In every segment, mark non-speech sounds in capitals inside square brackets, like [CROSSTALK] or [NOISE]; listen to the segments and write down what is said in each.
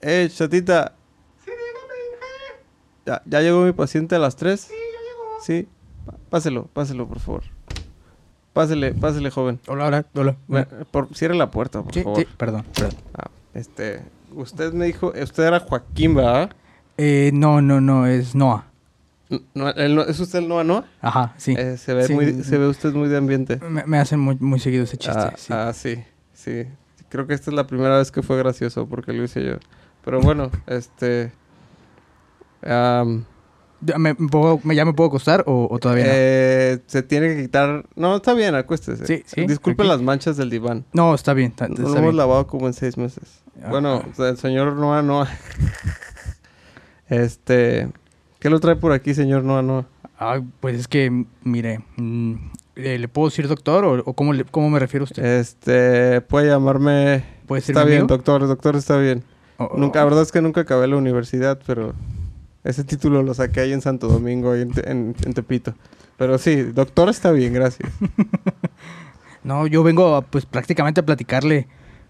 Eh, chatita. Sí, dígame, hija. Ya, ya llegó mi paciente a las 3. Sí, ya llegó. Sí. P- Páselo, páselo, por favor. Pásele, pásele, joven. Hola, hola, hola. Ve- Por, cierre la puerta, por Sí, favor. sí, perdón, perdón. Ah, este, usted me dijo, usted era Joaquín, ¿verdad? Eh, no, no, no, es Noah. N- no, él no- ¿Es usted el Noa Noa? Ajá, sí. Eh, se, ve Sí, muy, sí, se ve usted muy de ambiente. Me, me hacen muy, muy seguido ese chiste. ah, sí. ah, sí, sí. Creo que esta es la primera vez que fue gracioso porque lo hice yo. Pero bueno, este... am, Ya ¿Me, me puedo- me- ¿Ya me puedo acostar o, o todavía no? eh, se tiene que quitar... No, está bien, acuéstese. Sí, sí, Disculpe aquí. las manchas del diván. No, está bien. Está, No está lo bien. hemos lavado como en seis meses. Ah. Bueno, o sea, el señor Noa Noa. este... ¿Qué lo trae por aquí, señor Noa Noa? Ay, pues es que, m- mire, mm, eh, ¿le puedo decir doctor o, o cómo, le- cómo me refiero a usted? Este, puede llamarme. ¿Puede ser Oh, Está mi bien, amigo? doctor, doctor, está bien. O- o- Nunca, la verdad es que nunca acabé la universidad, pero ese título lo saqué ahí en Santo Domingo, ahí en, Te- en- en Tepito. Pero sí, doctor está bien, gracias. No, yo vengo a, pues prácticamente a platicarle.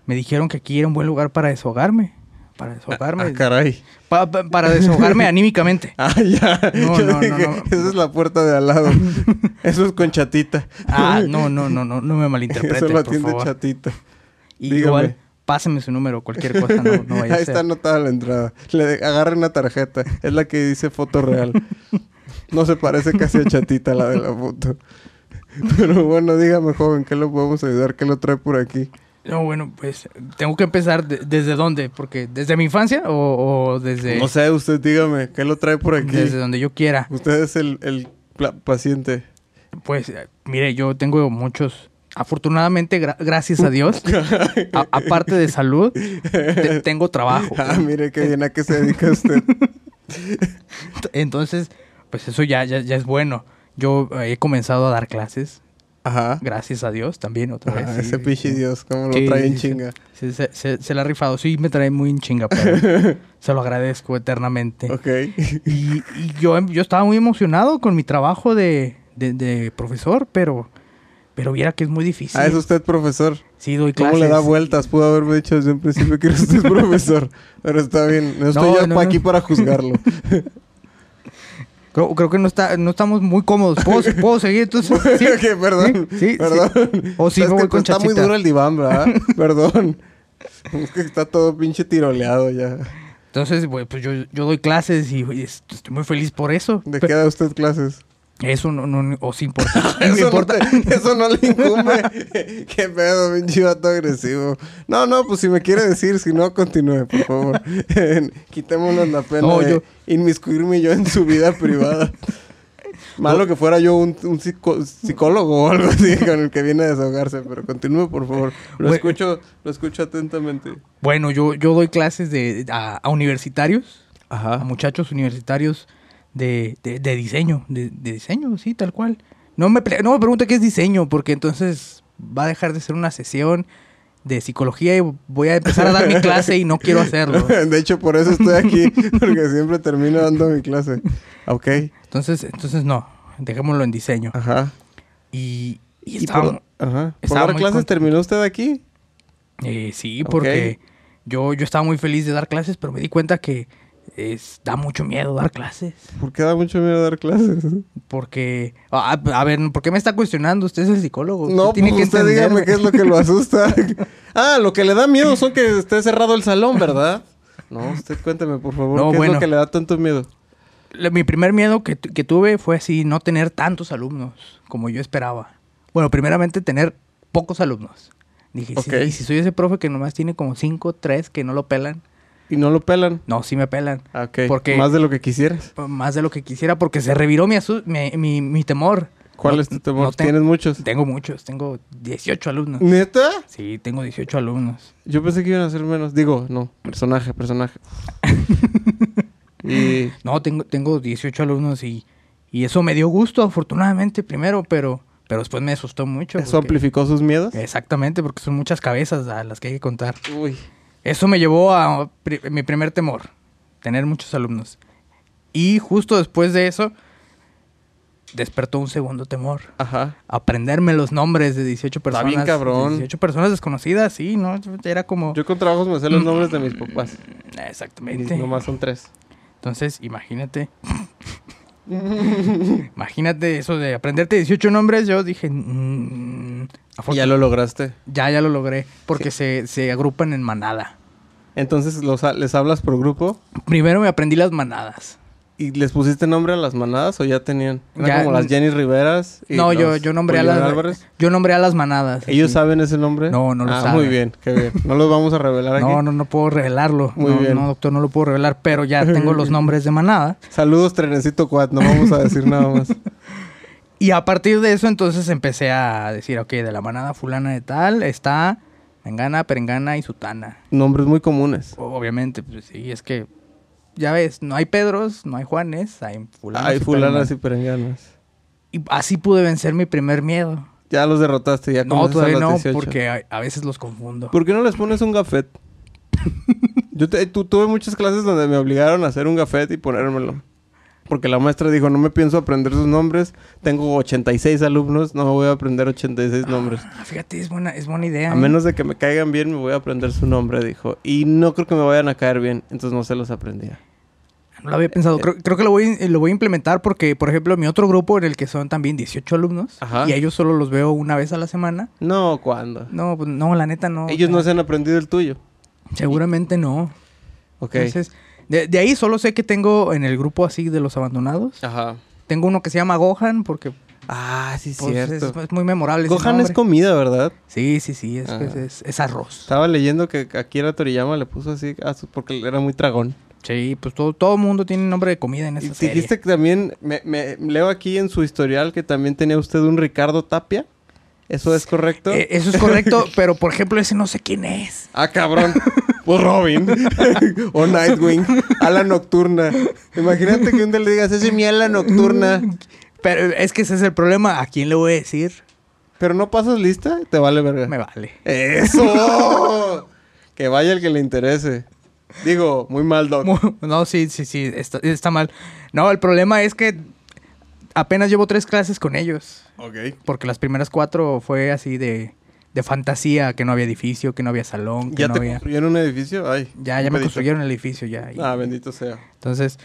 Me dijeron que aquí era un buen lugar para desahogarme. Para desahogarme. Ah, caray. Pa- pa- para [LAUGHS] desahogarme anímicamente. Ah, ya. No, Yo no, no, dije, no. Esa es la puerta de al [LAUGHS] lado. Eso es con chatita. [LAUGHS] Ah, no, no, no, no, no me malinterprete, Eso lo por atiende favor. chatita. Y dígame. Igual, páseme su número, cualquier cosa, no, no vaya [LAUGHS] a Ahí está ser. anotada la entrada. Le de- agarra una tarjeta. Es la que dice foto real. No se parece casi a Chatita la de la foto. [LAUGHS] Pero bueno, dígame, joven, ¿qué lo podemos ayudar? ¿Qué lo trae por aquí? No, bueno, pues tengo que empezar de- desde dónde, porque desde mi infancia o, o desde, No sé, usted dígame, ¿qué lo trae por aquí? desde donde yo quiera. Usted es el, el pla- paciente. Pues eh, mire, yo tengo muchos, afortunadamente, gra- gracias [LAUGHS] a Dios, a- aparte de salud, te- tengo [LAUGHS] trabajo. Ah, mire qué bien a qué se dedica [LAUGHS] usted. Entonces, pues eso ya, ya, ya es bueno. Yo eh, he comenzado a dar clases, Ajá. gracias a Dios también, otra vez. Ah, sí, ese pichi sí. Dios, cómo lo Sí, trae en sí, sí. chinga. Sí, se, se- se la ha rifado. Sí, me trae muy en [LAUGHS] chinga, pero se lo agradezco eternamente. [LAUGHS] Ok. Y, y yo, yo estaba muy emocionado con mi trabajo de, de- de profesor, pero, pero viera que es muy difícil. Ah, es usted profesor. Sí, doy ¿Cómo clases. le da vueltas? Pudo haberme dicho desde un principio que era usted [LAUGHS] profesor. Pero está bien. No estoy No, yo no, pa' no. aquí para juzgarlo. Creo, creo que no, está, no estamos muy [LAUGHS] cómodos. ¿Puedo, puedo seguir entonces? [LAUGHS] Sí, Ok, perdón. Sí, sí, perdón. sí. O sí, Es me que voy con Está muy Chachita. duro el diván, [LAUGHS] ¿verdad? perdón. Es que está todo pinche tiroleado ya. Entonces, güey, pues yo, yo doy clases y güey, es- estoy muy feliz por eso. ¿De qué Pero da usted clases? Eso no, no, o [LAUGHS] sí importa. No Eso, importa. No te- eso no le incumbe. [LAUGHS] qué pedo, pinche vato agresivo. No, no, pues si me quiere decir, si no, continúe, por favor. [LAUGHS] Quitémonos la pena No, de yo- inmiscuirme yo en su vida privada. Malo que fuera yo un, un psico- psicólogo o algo así [LAUGHS] con el que viene a desahogarse, pero continúe, por favor. Lo Bueno. escucho, lo escucho atentamente. Bueno, yo, yo doy clases de, a- a universitarios. a Ajá. muchachos universitarios de, de- de diseño, de, de diseño, sí, tal cual. No me, pre- no me pregunte qué es diseño, porque entonces va a dejar de ser una sesión de psicología y voy a empezar a dar [LAUGHS] mi clase y no quiero hacerlo. De hecho, por eso estoy aquí, [LAUGHS] porque siempre termino dando mi clase. Ok, Entonces, entonces no, dejémoslo en diseño. ajá. Y, y Y estaba- por, ajá. ¿Por estaba dar muy clases contento. terminó usted aquí? eh, sí, Ok. porque yo, yo estaba muy feliz de dar clases, pero me di cuenta que es- da mucho miedo dar clases. ¿Por qué da mucho miedo dar clases? Porque, a, a ver, ¿por qué me está cuestionando? Usted es el psicólogo. No, tiene pues que usted dígame entenderme. qué es [LAUGHS] lo que lo asusta. [LAUGHS] ah, lo que le da miedo son que esté cerrado el salón, ¿verdad? No, usted cuénteme, por favor, No, ¿qué es lo bueno. que le da tanto miedo? Le- Mi primer miedo que, tu- que tuve fue así, no tener tantos alumnos como yo esperaba. Bueno, primeramente tener pocos alumnos. Dije, "Sí, Ok. y si soy ese profe que nomás tiene como cinco, tres que no lo pelan. Y no lo pelan. No, sí me pelan. Ah, Ok, Porque- más de lo que quisieras. Más de lo que quisiera porque se reviró mi, asu- mi, mi- mi temor. ¿Cuál No- es tu temor? no te- ¿Tienes muchos? Tengo muchos, tengo 18 alumnos. ¿Neta? Sí, tengo 18 alumnos. Yo pensé que iban a ser menos. Digo, no, personaje, [LAUGHS] personaje. y No, tengo, tengo 18 alumnos y, y eso me dio gusto, afortunadamente, primero, pero, pero después me asustó mucho. eso porque- amplificó sus miedos. Exactamente, porque son muchas cabezas a las que hay que contar. Uy. Eso me llevó a pri- mi primer temor, tener muchos alumnos. Y justo después de eso, despertó un segundo temor. Ajá. Aprenderme los nombres de 18 Está personas. bien cabrón. de 18 personas desconocidas, sí, ¿no? Era como... Yo con trabajos me sé los nombres de mis papás. Ah, Exactamente. Y nomás son tres. Entonces, imagínate. [LAUGHS] imagínate eso de aprenderte 18 nombres. Yo dije, mm, Y ya lo lograste. ya, ya lo logré. Porque se, se agrupan en manada. Entonces los, ha- les hablas por grupo Primero me aprendí las manadas. y les pusiste nombre a las manadas o ya tenían. Eran Ya, como las mm. Jenny Riveras. y no, yo, los yo nombré a Julián las Álvarez. yo nombré a las manadas. ¿Ellos sí. saben ese nombre? No, no lo ah, saben. Muy bien, qué bien. No los vamos a revelar aquí. [LAUGHS] No, no, no puedo revelarlo. Muy no, bien. no, doctor, no lo puedo revelar, [LAUGHS] pero ya tengo los nombres de manada. Saludos, trenecito Cuat, no vamos a decir nada [LAUGHS] más. Y a partir de eso, entonces empecé a decir, ok, de la manada fulana de tal está Mengana, Perengana y Sutana. Nombres muy comunes. Obviamente, pues sí, es que ya ves, no hay Pedros, no hay Juanes, hay fulanos. Ay, y fulanas perenganas. y perenganas. Y así pude vencer mi primer miedo. Ya los derrotaste, ya No, conoces a todavía los no, 18. porque a, a veces los confundo. ¿Por qué no les pones un gafet? [LAUGHS] Yo te- tu- tuve muchas clases donde me obligaron a hacer un gafet y ponérmelo. Porque la maestra dijo, no me pienso aprender sus nombres. Tengo 86 alumnos, no me voy a aprender 86 nombres. Ah, fíjate, es buena, es buena idea. A ¿eh? menos de que me caigan bien, me voy a aprender su nombre, dijo. Y no creo que me vayan a caer bien, entonces no se los aprendía. ¿eh? No lo había pensado. Creo, creo que lo voy, eh, lo voy a implementar porque, por ejemplo, mi otro grupo en el que son también 18 alumnos Ajá. y a ellos solo los veo una vez a la semana. No, ¿cuándo? No, pues, no, la neta no. Ellos no O sea, se han aprendido el tuyo. Seguramente no. Ok. Entonces, de, de ahí solo sé que tengo en el grupo así de los abandonados. Ajá. Tengo uno que se llama Gohan porque Ah, sí, pues, es, cierto. es muy memorable. ese Gohan es nombre. comida, ¿verdad? Sí, sí, sí, es, Ah. es- es- es arroz. Estaba leyendo que Akira Toriyama le puso así a su- porque era muy dragón. Sí, pues todo, todo mundo tiene nombre de comida en Y esa serie. dijiste que también, me, me- leo aquí en su historial que también tenía usted un Ricardo Tapia. ¿Eso es correcto? Eh, eso es correcto, [LAUGHS] pero por ejemplo, ese no sé quién es. Ah, cabrón. Pues [LAUGHS] Robin. o Nightwing. Ala nocturna. Imagínate que un día le digas, ese es mi ala nocturna. Pero es que ese es el problema. ¿A quién le voy a decir? Pero no pasas lista, te vale verga. Me vale. [LAUGHS] ¡Eso! que vaya el que le interese. Digo, muy mal, Doc. Mu- No, sí, sí, sí, está, está mal. No, el problema es que apenas llevo tres clases con ellos. Ok. Porque las primeras cuatro fue así de, de fantasía, que no había edificio, que no había salón, que ¿Ya no te había... construyeron un edificio? Ay. Ya, ya me bendito. construyeron el edificio, ya. y- Ah, bendito sea. [LAUGHS] Entonces,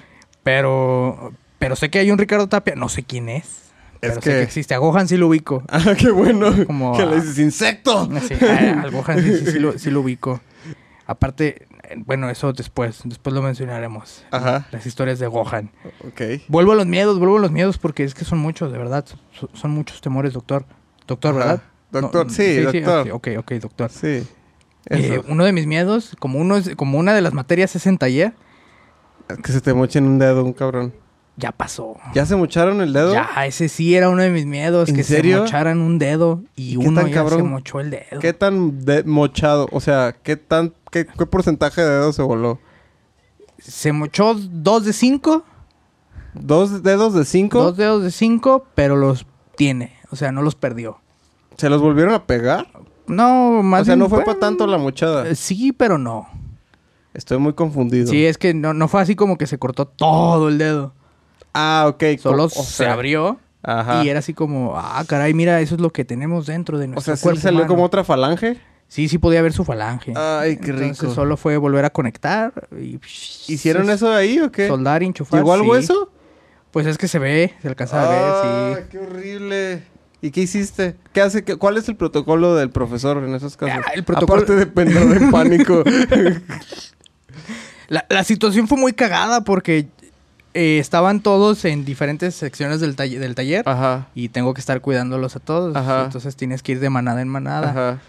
pero... Pero sé que hay un Ricardo Tapia, no sé quién es. Pero sé que- que existe. A Gohan sí lo ubico. [LAUGHS] Ah, qué bueno. Como que a- le dices insecto. Sí, a- al Gohan sí, sí, sí lo, sí lo ubico. Aparte, eh, bueno, eso después, después lo mencionaremos. Ajá. Las historias de Gohan. Ok. Vuelvo a los miedos, vuelvo a los miedos porque es que son muchos, de verdad. So- Son muchos temores, doctor. Doctor, Ajá. ¿verdad? Ah, Doctor, sí, doctor. ok, ok, doctor. Sí. Eh, Eso. uno de mis miedos, como, uno es- como una de las materias es en taller, Que se te mochen un dedo, un cabrón. ya pasó. ¿Ya se mocharon el dedo? Ya, ese sí era uno de mis miedos, ¿En que serio? se mocharan un dedo y ¿Y qué uno tan ya cabrón? se mochó el dedo. ¿Qué tan de- mochado? O sea, ¿qué tan qué, qué porcentaje de dedos se voló? Se mochó dos de cinco, ¿Dos dedos de cinco? dos dedos de cinco, pero los tiene, o sea, no los perdió. ¿Se los volvieron a pegar? No, más o sea, bien, no fue bueno, para tanto la mochada. eh, Sí, pero no. Estoy muy confundido. Sí, es que no, no fue así como que se cortó todo el dedo. Ah, ok. co- Solo o se sea, abrió Ajá. y era así como, ah, caray, mira, eso es lo que tenemos dentro de o sea, nuestro ¿sí le cuerpo. salió humano". como otra falange? Sí, sí podía ver su falange. Ay, qué Entonces rico. solo fue volver a conectar y... ¿Hicieron eso de ahí o qué? Soldar, enchufar. ¿Llegó al sí. hueso? Pues es que se ve, se alcanza a ver, sí. qué horrible. ¿Y qué hiciste? ¿Qué hace? ¿Qué- ¿Cuál es el protocolo del profesor en esos casos? Ah, el protocolo- Aparte de pendejo [LAUGHS] de pánico. La, la situación fue muy cagada porque eh, estaban todos en diferentes secciones del, talle- del taller Ajá. y tengo que estar cuidándolos a todos. Ah. Ajá. Entonces tienes que ir de manada en manada. Ajá.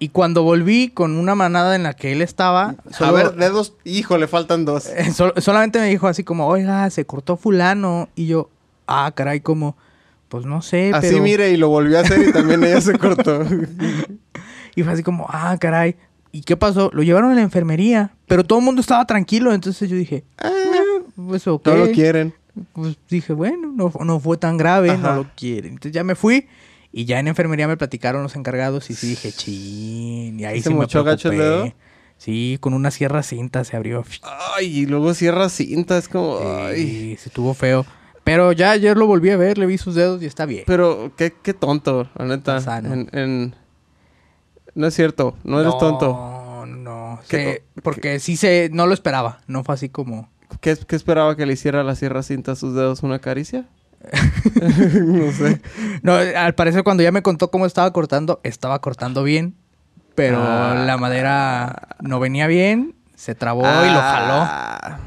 Y cuando volví con una manada en la que él estaba, A solo- ver, dedos. Hijo, le faltan dos. Ah, eh, sol- solamente me dijo así como, oiga, se cortó fulano. Y yo, ah, caray, como, pues no sé, Así pero... mire, y lo volvió a hacer y también ella se cortó. [LAUGHS] Y fue así como, ah, caray. ¿Y qué pasó? Lo llevaron a la enfermería, pero todo el mundo estaba tranquilo. Entonces yo dije, Ah, pues ok. No lo quieren. Pues dije, bueno, no, fu- no fue tan grave, Ajá. no lo quieren. Entonces ya me fui y ya en enfermería me platicaron los encargados y sí dije, chin. Y ahí ¿Se sí me mochó gacho el preocupé. dedo? Sí, con una sierra cinta se abrió. Ay, y luego cierra cinta. Es como. Ay. Sí, se estuvo feo. Pero ya ayer lo volví a ver, le vi sus dedos y está bien. Pero qué, qué tonto, la neta. Sano. En, en- No es cierto, no eres tonto. No, no. ¿Qué sé, to- porque sí se... No lo esperaba. No fue así como... ¿Qué, qué esperaba que le hiciera la sierra cinta a sus dedos? ¿Una [LAUGHS] caricia? no sé. No, al parecer cuando ya me contó cómo estaba cortando, estaba cortando bien. Pero Ah. la madera no venía bien, se trabó y lo jaló. Ah.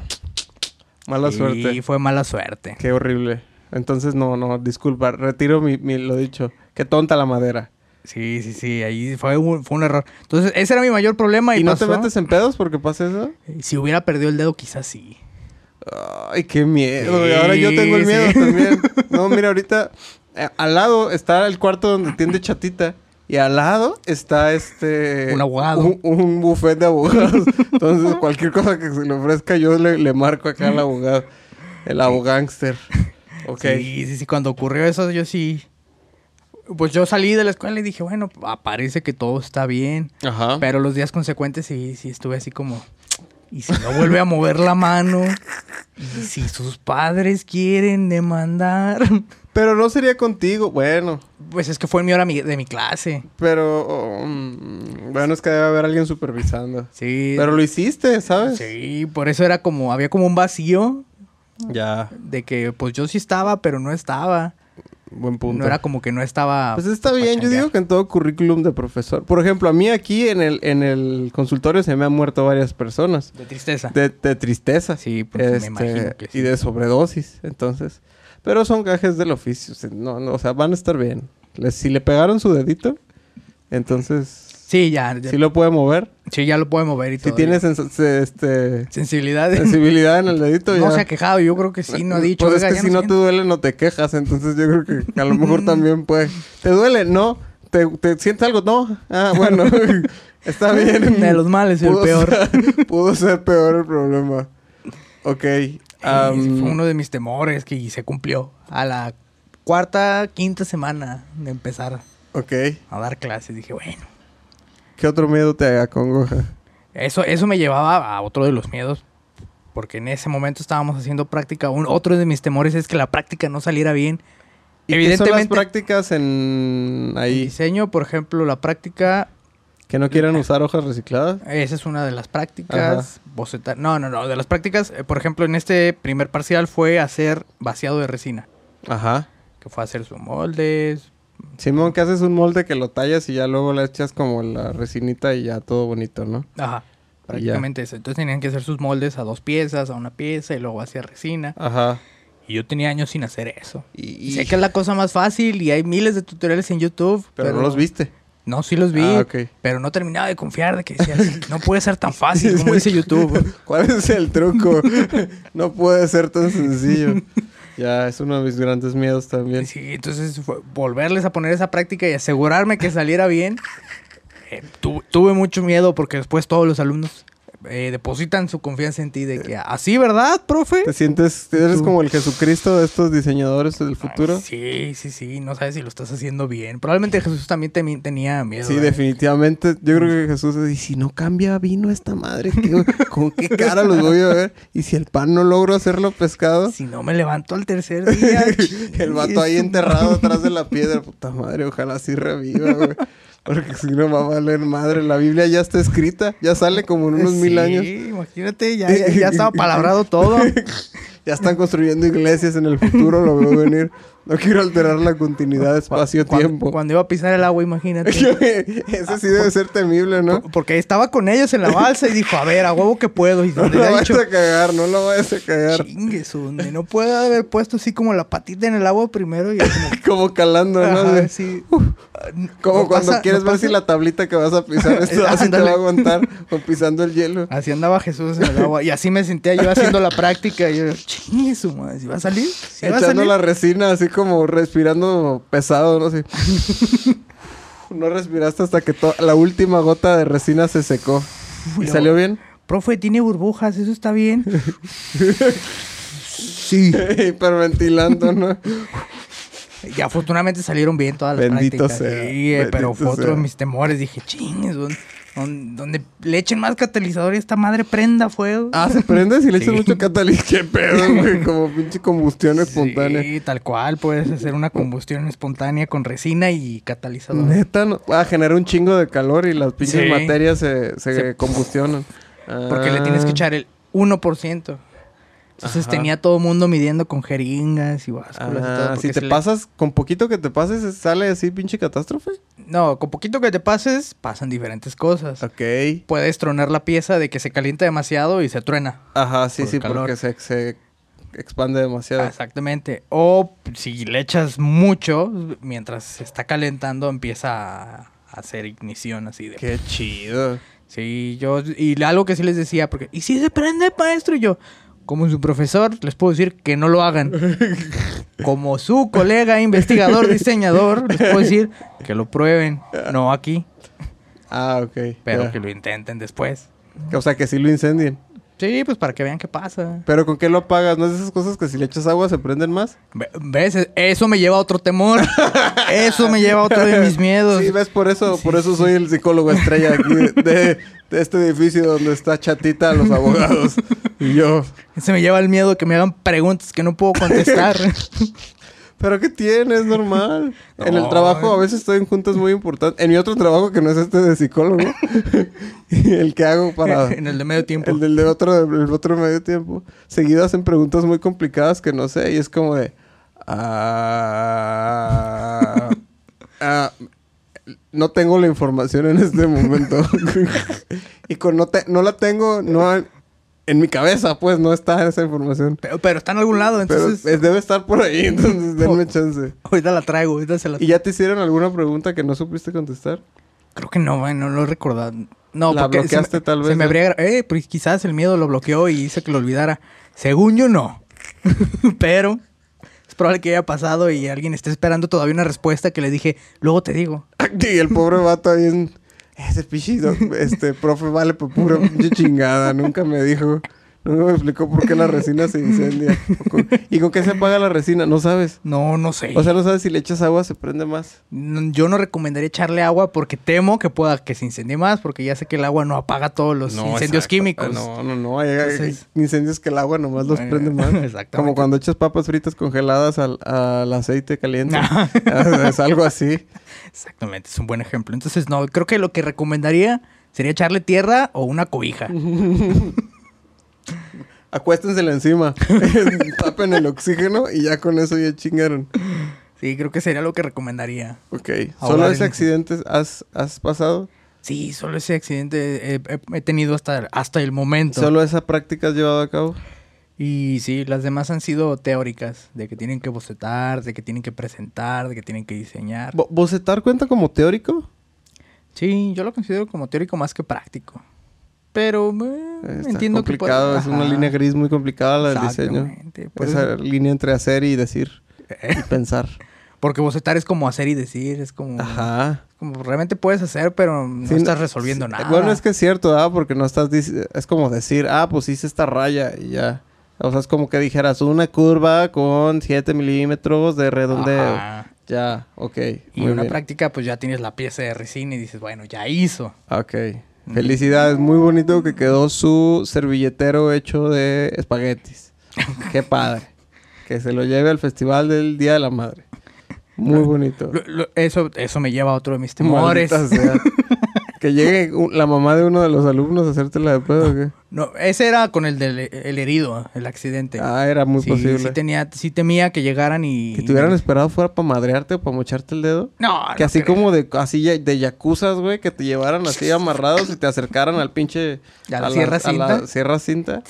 Mala y suerte. fue mala suerte. Qué horrible. Entonces, no, no, disculpa, retiro mi, mi- lo dicho. Qué tonta la madera. Sí, sí, sí, ahí fue un, fue un error. Entonces, ese era mi mayor problema y, ¿Y no te pasó. metes en pedos porque pasa eso? Si hubiera perdido el dedo, quizás sí. Ay, qué miedo. güey. Ahora yo Sí, tengo el miedo sí. también. [LAUGHS] No, mira, ahorita eh, al lado está el cuarto donde tiende Chatita. Y al lado está este... Un abogado. Un, un buffet de [LAUGHS] abogados. Entonces, cualquier cosa que se le ofrezca, yo le, le marco acá al abogado. El abogánster. Ok. Sí, sí, sí, cuando ocurrió eso, yo sí. Pues yo salí de la escuela y dije, bueno, ah, parece que todo está bien. Ajá. Pero los días consecuentes sí, sí estuve así como. Y si no vuelve a mover la mano, y si sus padres quieren demandar. Pero no sería contigo. Bueno, Pues es que fue en mi hora mi- de mi clase. pero... oh, mm, bueno, es que debe haber alguien supervisando. Sí. Pero lo hiciste, ¿sabes? Sí, por eso era como, había como un vacío Ya. de que pues yo sí estaba, pero no estaba. Buen punto. No era como que no estaba. Pues está pa' bien, yo chambear. digo que en todo currículum de profesor. Por ejemplo, a mí aquí en el, en el consultorio se me han muerto varias personas De tristeza. de, de tristeza Sí, pues, me este, imagino que y sí. de sobredosis. Entonces, pero son gajes del oficio, o sea, no, no, o sea, van a estar bien. Les- si le pegaron su dedito, entonces Sí, ya. ya- si lo puede mover. sí, ya lo puede mover y todo. Si tiene sens- se- [LAUGHS] este, sensibilidad. sensibilidad en el dedito, No ya- se ha quejado, yo creo que sí, no ha dicho. Pues "Oiga, es ya que si no no te siento". duele, no te quejas. Entonces yo creo que a lo [LAUGHS] mejor también puede. ¿Te duele? No. ¿Te, te sientes algo? No. Ah, [LAUGHS] bueno. [LAUGHS] Está bien. De los males, el Pudo peor. ser- [LAUGHS] pudo ser peor el problema. Ok. am, Y fue uno de mis temores que y se cumplió. A la cuarta, quinta semana de empezar Ok. a dar clases, dije, bueno, ¿Qué otro miedo te haga congoja? eso, eso me llevaba a otro de los miedos, porque en ese momento estábamos haciendo práctica. Un, otro de mis temores es que la práctica no saliera bien. ¿Y qué son las prácticas en el ahí? diseño, por ejemplo, la práctica, ¿Que no Ah. quieran usar hojas recicladas? esa es una de las prácticas. Bocetar, no, no, no, de las prácticas, eh, por ejemplo, en este primer parcial fue hacer vaciado de resina, Ajá. que fue hacer sus moldes, Simón, que haces un molde que lo tallas y ya luego le echas como la resinita y ya todo bonito, ¿no? Y Ajá. ya. Prácticamente eso. Entonces tenían que hacer sus moldes a dos piezas, a una pieza y luego hacia resina. Ajá. Y yo tenía años sin hacer eso. Y, Sé que es la cosa más fácil y hay miles de tutoriales en YouTube. Pero, no los viste. No, sí los vi. Ah, ok. Pero no terminaba de confiar de que decías, no puede ser tan fácil [LAUGHS] como dice YouTube. ¿Cuál es el [LAUGHS] truco? no puede ser tan sencillo. [LAUGHS] ya, es uno de mis grandes miedos también. Sí, entonces fue volverles a poner esa práctica y asegurarme que saliera bien. Eh, tu- tuve mucho miedo porque después todos los alumnos eh, depositan su confianza en ti de que así, ¿verdad, profe? ¿Te sientes, eres como el Jesucristo de estos diseñadores del futuro? Ay, Ah, Sí, sí, sí. No sabes si lo estás haciendo bien. Probablemente Jesús también temi- tenía miedo. Sí, ¿eh? definitivamente. Yo creo que Jesús dice, y si no cambia vino esta madre, ¿Qué- [LAUGHS] ¿con qué cara los voy a ver? Y si el pan no logro hacerlo pescado, Si no me levanto [LAUGHS] al tercer día. [LAUGHS] el vato ahí chis, enterrado atrás de la piedra, puta madre, ojalá sí reviva, güey. Porque si no va a valer madre, la Biblia ya está escrita, ya sale como en unos mil Sí, años. imagínate, ya, ya, ya estaba [LAUGHS] palabrado todo. Ya están construyendo iglesias en el futuro, lo veo venir. No quiero alterar la continuidad Cuando, espacio-tiempo. cuando iba a pisar el [LAUGHS] agua, imagínate. Ese sí debe ser temible, ¿no? Por- Porque estaba con ellos en la balsa y dijo, a ver, a huevo que puedo. Y No [LAUGHS] donde lo le ha vayas dicho, a cagar, no lo vayas a cagar. chingues, donde no puedo haber puesto así como la patita en el agua primero. [LAUGHS] Y como, Como calando, ¿no? ajá, De- sí. Ah, Como No cuando pasa- quieres no ver pasa- si la tablita que vas a [LAUGHS] pisar esto, así te Ándale. va a aguantar o pisando el hielo. Así andaba Jesús en el agua. Y así me sentía yo haciendo la práctica. Y yo, chingue su madre, ¿sí va a salir? ¿Sí va a Echando salir? la resina, así como respirando pesado, no sé. [LAUGHS] no respiraste hasta que to- la última gota de resina se secó. ¿Y luego- salió bien? Profe, tiene burbujas, eso está bien. sí. [LAUGHS] Hiperventilando, ¿no? Y afortunadamente salieron bien todas las Bendito prácticas. sea, sí, eh, pero bendito fue otro sea. de mis temores. Dije, chingues, güey, Don- Donde le echen más catalizador y esta madre prenda fuego. Ah, se prende si le echas Sí. mucho catalizador. ¿Qué [LAUGHS] pedo, güey? Como pinche combustión espontánea. Sí, tal cual. Puedes hacer una combustión espontánea con resina y catalizador. Neta, no. Ah, genera un chingo de calor y las pinches Sí. materias se, se, Se- combustionan. Porque le tienes que echar el 1%. Entonces Ajá. tenía todo mundo midiendo con jeringas y Ah, básculas y todo. porque si te se le- pasas, con poquito que te pases, sale así pinche catástrofe. No, con poquito que te pases, pasan diferentes cosas. Ok. Puedes tronar la pieza de que se calienta demasiado y se truena. Ajá, sí, Por el sí, calor. Ah, porque se, se expande demasiado. Exactamente. O si le echas mucho, mientras se está calentando, empieza a hacer ignición así de... Qué chido. Sí, yo... Y algo que sí les decía, porque... ¿Y si se prende, maestro? Y yo, como su profesor, les puedo decir que no [LAUGHS] lo hagan. Como su colega investigador, diseñador, les puedo decir que lo prueben. No aquí, Ah, ok. pero ya. que lo intenten después. O sea, que sí lo incendien. Sí, pues para que vean qué pasa. Pero ¿con qué lo apagas? ¿No es de esas cosas que si le echas agua se prenden más? Ve- ¿Ves? Eso me lleva a [LAUGHS] otro temor. Eso me lleva a otro de mis miedos. Sí, ves, por eso, por eso soy el psicólogo estrella aquí de, de- de este edificio donde está chatita los abogados. Y yo, Se me lleva el miedo que me hagan preguntas que no puedo contestar. ¿pero qué tienes? Normal. En el No. trabajo a veces estoy en juntas muy importantes. En mi otro trabajo que no es este de psicólogo. [LAUGHS] y el que hago [LAUGHS] para... [LAUGHS] en el de medio tiempo. El del de otro, el otro medio tiempo. Seguido hacen preguntas muy complicadas que no sé. Y es como de... Ah, ah, no tengo la información en este momento. [LAUGHS] y con no, te- no la tengo no, en mi cabeza, pues, no está esa información. Pero, pero está en algún lado, Pero entonces es- debe estar por ahí, entonces denme [LAUGHS] chance. ahorita la traigo, ahorita se la ¿Y ya te hicieron alguna pregunta que no supiste contestar? Creo que no, güey, no lo he recordado. No, La porque se bloqueaste, me- tal Se vez, me ¿no? habría... gra- Eh, pues quizás el miedo lo bloqueó y hizo que lo olvidara. Según yo, no. [LAUGHS] pero es probable que haya pasado y alguien esté esperando todavía una respuesta que le dije, luego te digo. [LAUGHS] Y el pobre vato ahí en... Ese pichido, [LAUGHS] este profe vale por pura pinche chingada, nunca me dijo, nunca me explicó por qué la resina se incendia. O con- ¿Y con qué se apaga la resina? No sabes. No, no sé. O sea, no sabes si le echas agua se prende más. N- Yo no recomendaría echarle agua porque temo que pueda que se incendie más, porque ya sé que el agua no apaga todos los incendios exacto. químicos. Ah, No, no, no. Hay, hay Entonces- incendios que el agua nomás los Bueno, prende [LAUGHS] más. exactamente. Como cuando echas papas fritas congeladas al, al aceite caliente. Ah. [LAUGHS] es algo [LAUGHS] así. Exactamente, es un buen ejemplo. Entonces, no, creo que lo que recomendaría sería echarle tierra o una cobija. Acuéstensela encima. [LAUGHS] Tapen el oxígeno y ya con eso ya chingaron. Sí, creo que sería lo que recomendaría. Ok. Ahora ¿Solo el- ese accidente has, has pasado? Sí, solo ese accidente eh, he, he tenido hasta, hasta el momento. ¿Solo esa práctica has llevado a cabo? Y sí, las demás han sido teóricas, de que tienen que bocetar, de que tienen que presentar, de que tienen que diseñar. Bo- ¿Bocetar cuenta como teórico? Sí, yo lo considero como teórico más que práctico. Pero eh, Está entiendo que puede- complicado. Es una Ajá. línea gris muy complicada la del diseño. Exactamente, pues, por Esa eso- línea entre hacer y decir Eh. y [LAUGHS] pensar. Porque bocetar es como hacer y decir, es como, Ajá. como realmente puedes hacer, pero Mm. no Sí, estás no- resolviendo sí. nada. Bueno, es que es cierto, ¿ah? Porque no estás... dic- Es como decir, ah, pues hice esta raya y ya. O sea, es como que dijeras una curva con 7 milímetros de redondeo. Ajá. Ya, ok. Y muy una bien. práctica, pues ya tienes la pieza de resina y dices, bueno, ya hizo. Ok. Felicidades. Muy bonito que quedó su servilletero hecho de espaguetis. Qué padre. Que se lo lleve al festival del Día de la Madre. Muy bonito. Lo- lo- eso, eso me lleva a otro de mis temores. Maldita sea. Que llegue u- la mamá de uno de los alumnos a hacértela de pedo, ¿o qué? No, ese era con el del el herido, el accidente. Ah, era muy sí, posible. Sí, tenía, sí temía que llegaran y... Que te hubieran esperado fuera para madrearte o para mocharte el dedo. No, que no así creo. como de así ya- de yacuzas, güey, que te llevaran así amarrados y te acercaran al pinche ¿A la sierra a la cinta? sierra cinta.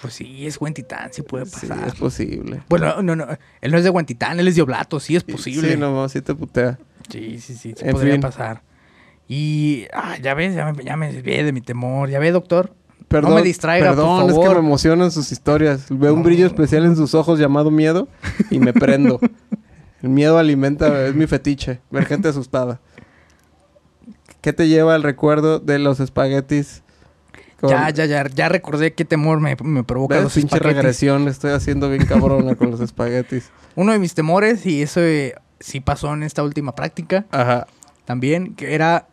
Pues sí, es buen titán, sí puede Sí, pasar. es posible. Bueno, no, no, él no es de Guantitán, él es de Oblato, sí es posible. Sí, no, sí te putea. Sí, sí, sí, sí En podría fin. pasar. Y ah, ya ves, ya me, ya me desvié de mi temor. Ya ve, doctor. Perdón, no me distraiga, perdón, por es favor. que me emocionan sus historias. Veo un brillo especial en sus ojos llamado miedo y me [LAUGHS] prendo. El miedo alimenta, es mi fetiche, ver gente asustada. ¿Qué te lleva el recuerdo de los espaguetis? con- Ya, ya, ya, ya recordé qué temor me, me provoca ¿Ves? los pinche espaguetis. regresión, le estoy haciendo bien cabrona con [LAUGHS] los espaguetis. Uno de mis temores, y eso eh, sí pasó en esta última práctica Ajá. también, que era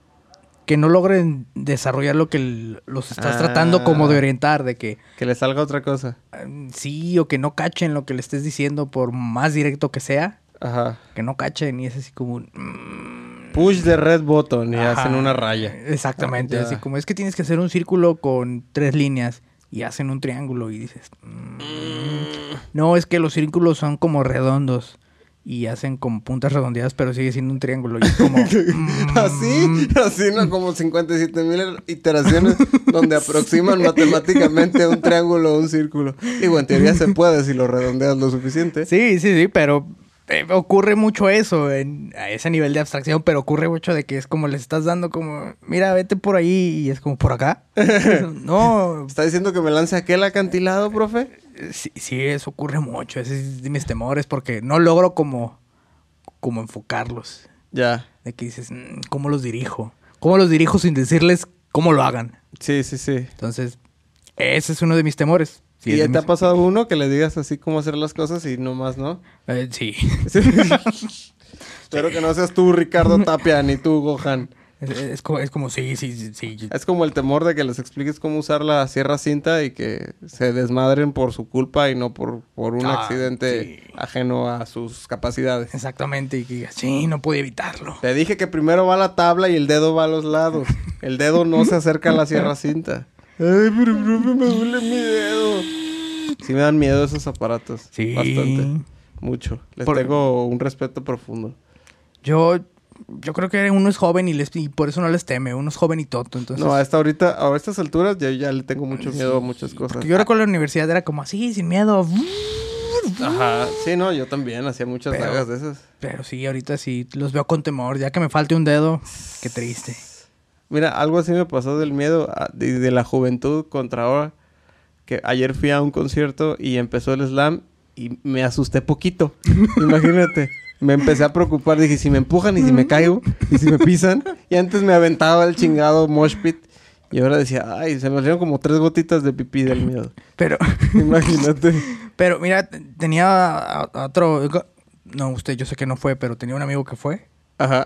que no logren desarrollar lo que l- los estás Ah. tratando como de orientar, de que Que le salga otra cosa. mm, sí o que no cachen lo que le estés diciendo por más directo que sea, Ajá. que no cachen y es así como... un, mm, Push the red button y hacen ajá. una raya. Exactamente, Ah, ya. así como es que tienes que hacer un círculo con tres líneas y hacen un triángulo y dices... mm, No, es que los círculos son como redondos. Y hacen como puntas redondeadas, pero sigue siendo un triángulo. Y [LAUGHS] es como... mm, ¿Ah, Así, así, ¿no? Como 57 mil iteraciones donde aproximan matemáticamente un triángulo o un círculo. Digo, en teoría se puede si lo redondeas lo suficiente. Sí, sí, sí, pero eh, ocurre mucho eso en- a ese nivel de abstracción, pero ocurre mucho de que es como les estás dando como, mira, vete por ahí y es como [LAUGHS] por acá. no, ¿Está diciendo que me lance aquel acantilado, profe? sí, sí, eso ocurre mucho, ese es de mis temores porque no logro como, como enfocarlos, Ya. de que dices, "Mm, ¿cómo los dirijo? ¿Cómo los dirijo sin decirles cómo lo hagan? Sí, sí, sí. Entonces, ese es uno de mis temores. Sí, ¿Y es de ya te ha mis- pasado uno que le digas así cómo hacer las cosas y no más, no? Eh, sí. Espero que no seas tú, Ricardo Tapia, ni tú, Gohan. Es, es como, es como, sí, sí, sí, sí. Es como el temor de que les expliques cómo usar la sierra cinta y que se desmadren por su culpa y no por, por un Ah, accidente sí. ajeno a sus capacidades. Exactamente, y que digas, sí, no pude evitarlo. Te dije que primero va la tabla y el dedo va a los lados. El dedo no se acerca a la sierra cinta. Ay, pero profe, me duele mi dedo. Sí me dan miedo esos aparatos. Sí. Bastante. Mucho. Les Por- tengo un respeto profundo. Yo, yo creo que uno es joven y, les, y por eso no les teme, uno es joven y tonto. Entonces, no, a esta ahorita, a estas alturas, yo ya le tengo mucho miedo a muchas cosas. porque yo recuerdo en la universidad era como así, sin miedo. Ajá. Sí, no, yo también hacía muchas Pero- dagas de esas. Pero sí, ahorita sí los veo con temor, ya que me falte un dedo, qué triste. Mira, algo así me pasó del miedo a- de, de la juventud contra ahora. Que ayer fui a un concierto y empezó el slam y me asusté poquito. [LAUGHS] Imagínate. Me empecé a preocupar. Dije, si me empujan y si me caigo y si me pisan. Y antes me aventaba el chingado mosh pit. Y ahora decía, ay, se me salieron como tres gotitas de pipí del [LAUGHS] miedo. Pero, Imagínate. pero mira, t- tenía a- a otro... No, usted, yo sé que no fue, pero tenía un amigo [LAUGHS] que fue. Ajá.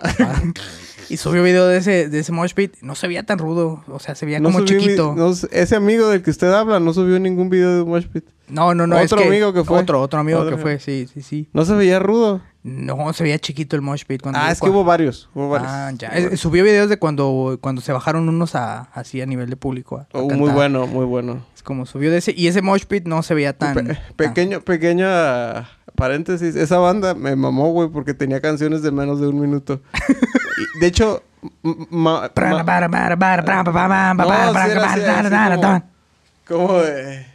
Y subió video de ese, de ese mosh pit. No se veía tan rudo, o sea, se veía como subí mi- chiquito. no s- ese amigo del que usted habla no subió ningún video de mosh pit. No, no, no. es Otro amigo que fue. Otro, otro amigo Otro que amigo. fue, sí, sí, sí. No se veía rudo. No, se veía chiquito el mosh pit. Cuando Ah, yo- es que hubo varios. Hubo varios. Ah, ya. Hubo Eh, varios. Subió videos de cuando, cuando se bajaron unos a, así a nivel de público. a- a Oh, muy cantar. bueno, muy bueno. Es como subió de ese. Y ese mosh pit no se veía tan. Pe- eh, tan- pequeño, pequeño ah, paréntesis. Esa banda me mamó, güey, porque tenía canciones de menos de un [LAUGHS] minuto. Y, de hecho, m- ma- Pra- ma- para- para- para- para- para- No, para- para- sí para- era así, para- así para- como- para- como de-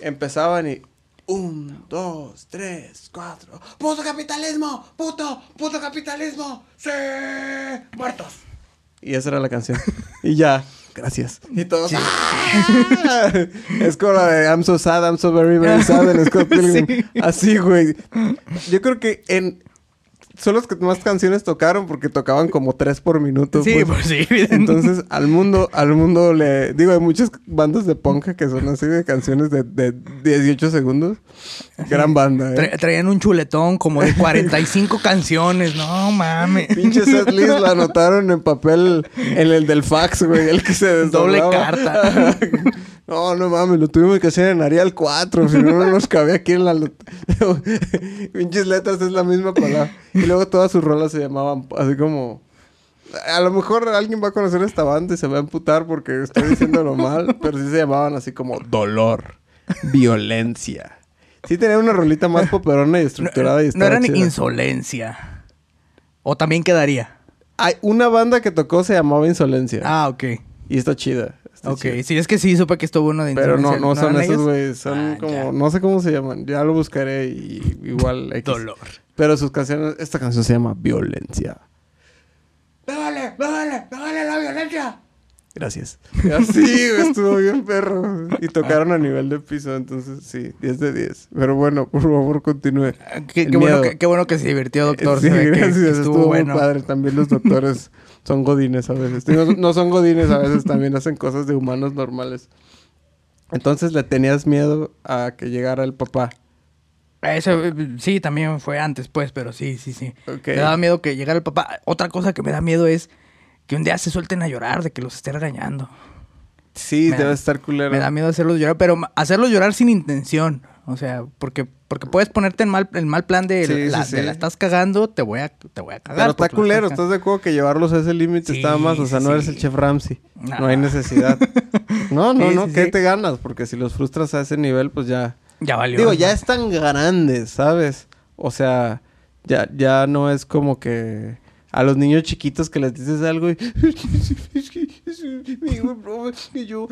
empezaban y un, dos, tres, cuatro. ¡Puto capitalismo! ¡Puto! ¡Puto capitalismo! ¡Sí! ¡Muertos! Y esa era la canción. Y ya, gracias. Y todos. ¡ah! es como la de I'm so sad, I'm so very, very sad en Scott Pilgrim. Sí. Así, güey. Yo creo que en. Son los que más canciones tocaron porque tocaban como tres por minuto. Sí, pues. pues sí. Entonces, al mundo, al mundo le. Digo, hay muchas bandas de punk que son así de canciones de, de 18 segundos. Gran banda, eh. [LAUGHS] Tra- traían un chuletón como de 45 [LAUGHS] canciones. No mames. Pinche setlist la anotaron en papel, en el del fax, güey, el que se desdoblaba. Doble carta. [LAUGHS] no, no mames, lo tuvimos que hacer en Arial 4, si no, no nos cabía aquí en la... lot- [LAUGHS] Pinches letras es la misma palabra. Y luego todas sus rolas se llamaban así como... A lo mejor alguien va a conocer esta banda y se va a emputar porque estoy diciéndolo mal, pero sí se llamaban así como dolor, violencia. Sí tenía una rolita más poperona y [LAUGHS] No, estructurada y no estaba eran chida. insolencia. O también quedaría. Hay una banda que tocó se llamaba Insolencia. Ah, ok. Y está chida. está Ok, chida. sí, es que sí supe que estuvo uno de Pero no, Insolencia. no son eran esos, ellos? güey. Son Ah, como... ya. No sé cómo se llaman. Ya lo buscaré y igual... X. Dolor. Pero sus canciones... Esta canción se llama Violencia. ¡Me vale! ¡Me vale! ¡Me vale la violencia! Gracias. [LAUGHS] Así, güey, estuvo bien perro. Y tocaron a nivel de piso, entonces sí, 10 de 10. Pero bueno, por favor, continúe. Ah, Qué, El qué bueno miedo. que, qué bueno que se divirtió, doctor. Sí, se ve que- que gracias. estuvo, muy bueno. padre. También los [LAUGHS] doctores son godines a veces. Digo, No, son godines a veces, también hacen cosas de humanos normales. Entonces le tenías miedo a que llegara el papá. Eso, eh, sí, también fue antes, pues, pero sí, sí, sí. Ok. Me daba miedo que llegara el papá. Otra cosa que me da miedo es que un día se suelten a llorar de que los esté regañando. Sí, Me debe da- estar culero. Me da miedo hacerlos llorar, pero ma- hacerlos llorar sin intención. O sea, porque, porque puedes ponerte en mal, el mal plan de, Sí, la, sí, de sí. la estás cagando, te voy a, te voy a cagar. Pero está porque la culero, estás ¿estás de acuerdo que llevarlos a ese límite Sí, estaba más? O sea, sí, no eres sí. el chef Ramsey. No. No hay [LAUGHS] necesidad. No, no, Sí, no, sí, ¿qué sí. te ganas? Porque si los frustras a ese nivel, pues ya. cagando. Ya valió. Digo, ¿no? ya están grandes, ¿sabes? O sea, ya, ya no es como que a los niños chiquitos que les dices algo y. "Es que es mi hijo, profe, que yo",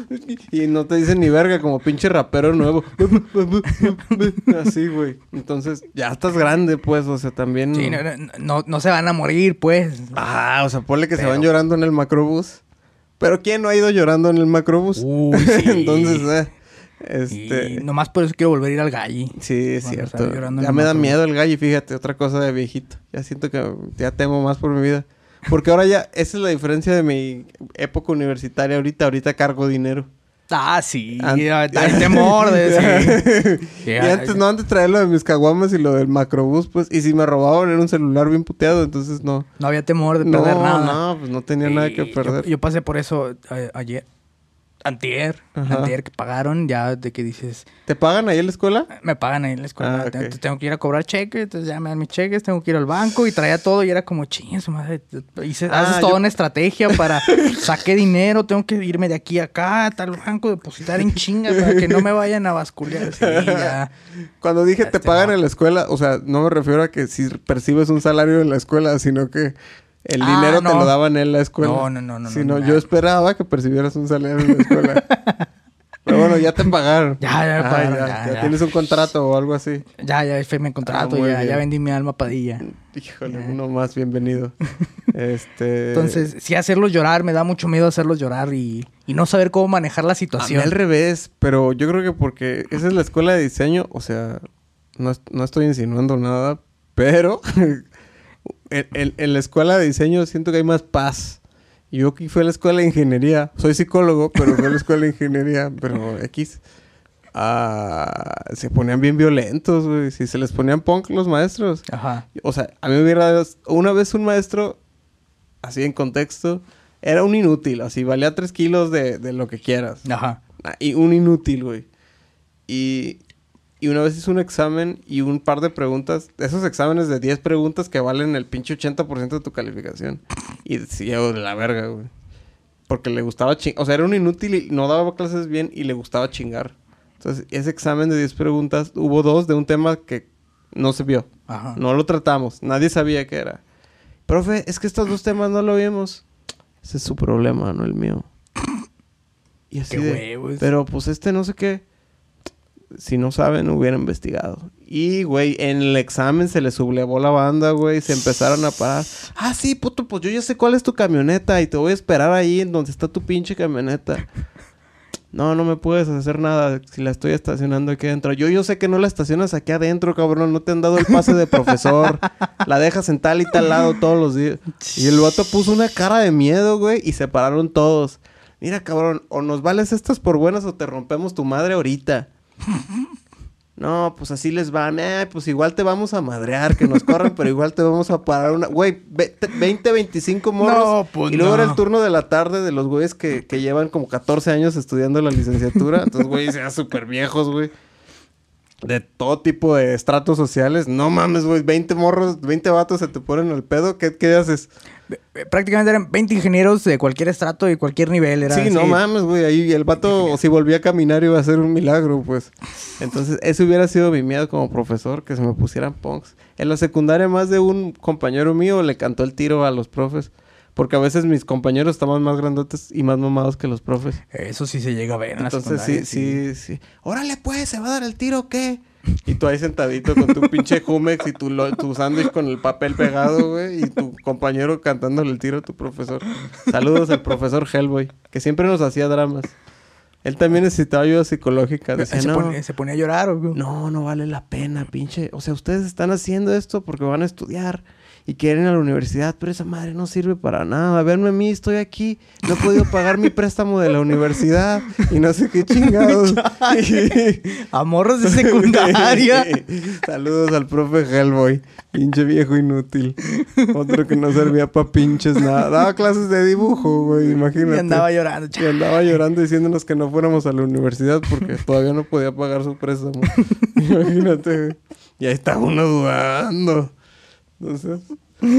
Y no te dicen ni verga, como pinche rapero nuevo. Así, güey. Entonces, ya estás grande, pues, o sea, también. Sí, no, no- no- no se van a morir, pues. Ah, o sea, ponle que se Pero- van llorando en el macrobús. Pero ¿quién no ha ido llorando en el macrobús? Uy, sí. [LAUGHS] Entonces, eh, Y este. nomás por eso quiero volver a ir al galli. Sí, es Cuando estaba cierto. llorando en Ya el me da macrobús. miedo el gallo, y fíjate, otra cosa de viejito. Ya siento que ya temo más por mi vida. Porque ahora ya, esa es la diferencia de mi época universitaria ahorita, ahorita cargo dinero. Ah, sí. An- [LAUGHS] Hay temor de y antes no, antes traía lo de mis caguamas y lo del macrobús, pues, y si me robaban era un celular bien puteado, entonces no. No había temor de No, perder nada. no, pues no tenía nada que Y yo- perder. Yo, pasé por eso a- ayer. Antier. Ajá. Antier que pagaron. Ya de que dices, ¿Te pagan ahí en la escuela? me pagan ahí en la escuela. Ah, te- ok. Tengo que ir a cobrar cheques. Entonces ya me dan mis cheques. Tengo que ir al banco. Y traía todo. Y era como, ching, su madre. Hice, Ah, haces yo- toda una estrategia para... [LAUGHS] saqué dinero. Tengo que irme de aquí a acá. A tal banco. Depositar en chinga. Para que no me vayan a basculear. Sí, ya. Cuando dije te Este, pagan no. en la escuela, o sea, no me refiero a que si percibes un salario en la escuela, sino que el Ah, dinero te no. lo daban en la escuela. No, no, no, no, Sino no, yo no. esperaba que percibieras un salario en la [LAUGHS] escuela. Pero bueno, ya te pagaron. Ya, ya [LAUGHS] me Ah, pagaron, ya, ya, ya ya. tienes un contrato o algo así. Ya, ya firmé contrato. muy ya, ya bien. vendí mi alma a Padilla. Híjole, uno más [LAUGHS] bienvenido. este. Entonces, sí, hacerlos llorar, me da mucho miedo hacerlos llorar y, y no saber cómo manejar la A mí al situación. revés, pero yo creo que porque esa es la escuela de diseño, o sea, no, es- no estoy insinuando nada, pero [LAUGHS] en, en- en la escuela de diseño siento que hay más paz. Yo aquí fui a la escuela de ingeniería, soy psicólogo, pero fui a la escuela de ingeniería, [LAUGHS] pero X. Ah, se ponían bien violentos, güey. Si se les ponían punk los maestros. Ajá. O sea, a mí me hubiera... Una vez un maestro, así en contexto, era un inútil. Así, valía tres kilos de, de lo que quieras. Ajá. Ah, Y un inútil, güey. Y, y una vez hice un examen y un par de preguntas. Esos exámenes de 10 preguntas que valen el pinche 80% de tu calificación. Y sí, oh, de la verga, güey. Porque le gustaba chingar. O sea, era un inútil y no daba clases bien y le gustaba chingar. Entonces, ese examen de 10 preguntas, hubo dos de un tema que no se vio. Ajá. No lo tratamos. Nadie sabía qué era. Profe, es que estos dos temas no lo vimos. Ese es su problema, no el mío. Y así Qué de, huevos. Pero pues este no sé qué. Si no saben, hubiera investigado. Y, güey, en el examen se le sublevó la banda, güey. Se empezaron a parar. Ah, sí, puto, pues yo ya sé cuál es tu camioneta. Y te voy a esperar ahí en donde está tu pinche camioneta. No, no me puedes hacer nada si la estoy estacionando aquí adentro. Yo, yo sé que no la estacionas aquí adentro, cabrón. No te han dado el pase de profesor. la dejas en tal y tal lado todos los días. Y el vato puso una cara de miedo, güey, y se pararon todos. Mira, cabrón, o nos vales estas por buenas o te rompemos tu madre [LAUGHS] ahorita. No, pues así les van. Eh, pues igual te vamos a madrear, que nos corran, pero igual te vamos a parar una. Güey, ve- te- 20, 25 morros. No, pues y luego era no. el turno de la tarde de los güeyes que, que llevan como 14 años estudiando la licenciatura. Entonces, güey, sean súper viejos, güey. De todo tipo de estratos sociales. No mames, güey. 20 morros, 20 vatos se te ponen al pedo. ¿Qué, qué haces? Eh, Prácticamente eran 20 ingenieros de cualquier estrato y cualquier nivel. Era sí, no así. mames, güey. Ahí el [LAUGHS] vato, si volvía a caminar, iba a ser un milagro, pues. Entonces, ese hubiera sido mi miedo como profesor, que se me pusieran punks. En la secundaria, más de un compañero mío le cantó el tiro a los profes. Porque a veces mis compañeros estaban más grandotes y más mamados que los profes. Eso sí se llega a ver en la Entonces, secundaria, sí, sí, sí. Órale, pues, ¿se va a dar el tiro o qué? Y tú ahí sentadito con tu pinche Jumex y tu, lo- tu sándwich con el papel pegado, güey. Y tu compañero cantándole el tiro a tu profesor. Saludos al profesor Hellboy, que siempre nos hacía dramas. Él también necesitaba ayuda psicológica. Pero Decía, se, no, pone- se ponía a [LAUGHS] llorar. ¿o qué? no, no vale la pena, pinche. O sea, ustedes están haciendo esto porque van a estudiar. y quieren a la universidad, pero esa madre no sirve para nada. Verme a mí, estoy aquí, no he podido pagar mi préstamo de la universidad y no sé qué [LAUGHS] chingados. Amorros [LAUGHS] de secundaria. Saludos al profe Hellboy, pinche viejo inútil. Otro que no servía para pinches nada. Daba clases de dibujo, güey, imagínate. y andaba llorando. Y cha- andaba llorando diciéndonos que no fuéramos a la universidad [LAUGHS] porque todavía no podía pagar su préstamo. [LAUGHS] Imagínate, güey. Y ahí está uno dudando. Entonces,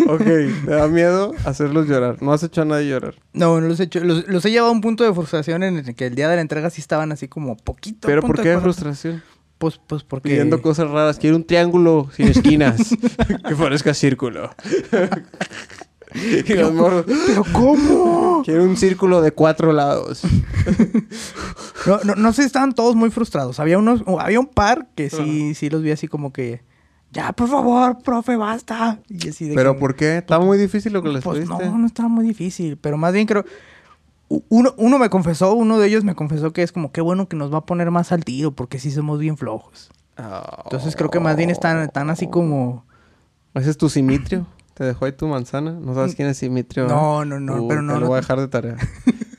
ok, te da miedo hacerlos llorar. No has hecho a nadie llorar. No, no los he hecho. Los, los he llevado a un punto de frustración en el que el día de la entrega sí estaban así como poquito. a ¿Pero por punto qué de hay cuadrar. frustración? Pues, pues porque. Pidiendo cosas raras. Quiero un triángulo sin [LAUGHS] esquinas que parezca [LAUGHS] círculo. y los morros, ¿Pero cómo? Quiero un círculo de cuatro lados. [LAUGHS] No, no, no sé, estaban todos muy frustrados. Había unos, o había un par que sí, sí los vi así como que. Ya, por favor, profe, basta. Y así de ¿Pero que- por qué? Está muy difícil lo que les Pues no, pediste. no estaba muy difícil. Pero más bien creo. u- Uno, uno me confesó, uno de ellos me confesó que es como qué bueno que nos va a poner más al tiro porque sí somos bien flojos. Ah. Entonces creo que más bien están, están así como. Ese es tu Simitrio. Te dejó ahí tu manzana. No sabes quién es Simitrio. Mm. No, ¿eh? no, no, pero no, Te no. lo voy a dejar de [LAUGHS] tarea.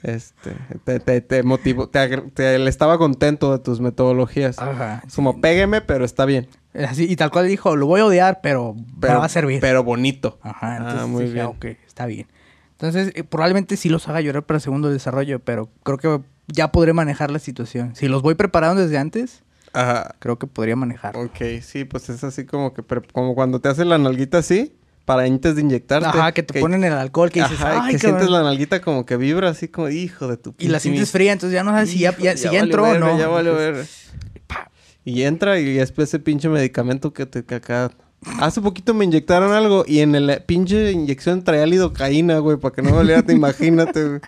este, te, te, te motivó. Te, agr- te- él estaba contento de tus metodologías. Ajá. Es como, pégueme, pero está bien. Así, y tal cual dijo, lo voy a odiar, pero, Pero me va a servir. Pero bonito. Ajá, Ah, entonces muy dije, bien. "Ah, ok, está bien. Entonces, eh, probablemente sí los haga llorar para el segundo desarrollo, pero creo que ya podré manejar la situación. Si los voy preparando desde antes, Ajá. creo que podría manejarlo. Ok, sí, pues es así como que... pre- Como cuando te hacen la nalguita así, para antes de inyectarte. Ajá, que te ponen el alcohol, que dices, Ajá, "Ay, que cabrón". sientes la nalguita como que vibra así como, hijo de tu Y la pinche sientes fría, entonces ya no sabes si Ah, ya, ya- Híjole, si ya valió entró o verga, no. Ya valió Entonces, [LAUGHS] verga. Y entra y después ese pinche medicamento que te que acá. Hace poquito me inyectaron algo y en la pinche inyección traía lidocaína, güey, para que no doliera, [LAUGHS] te imagínate, güey.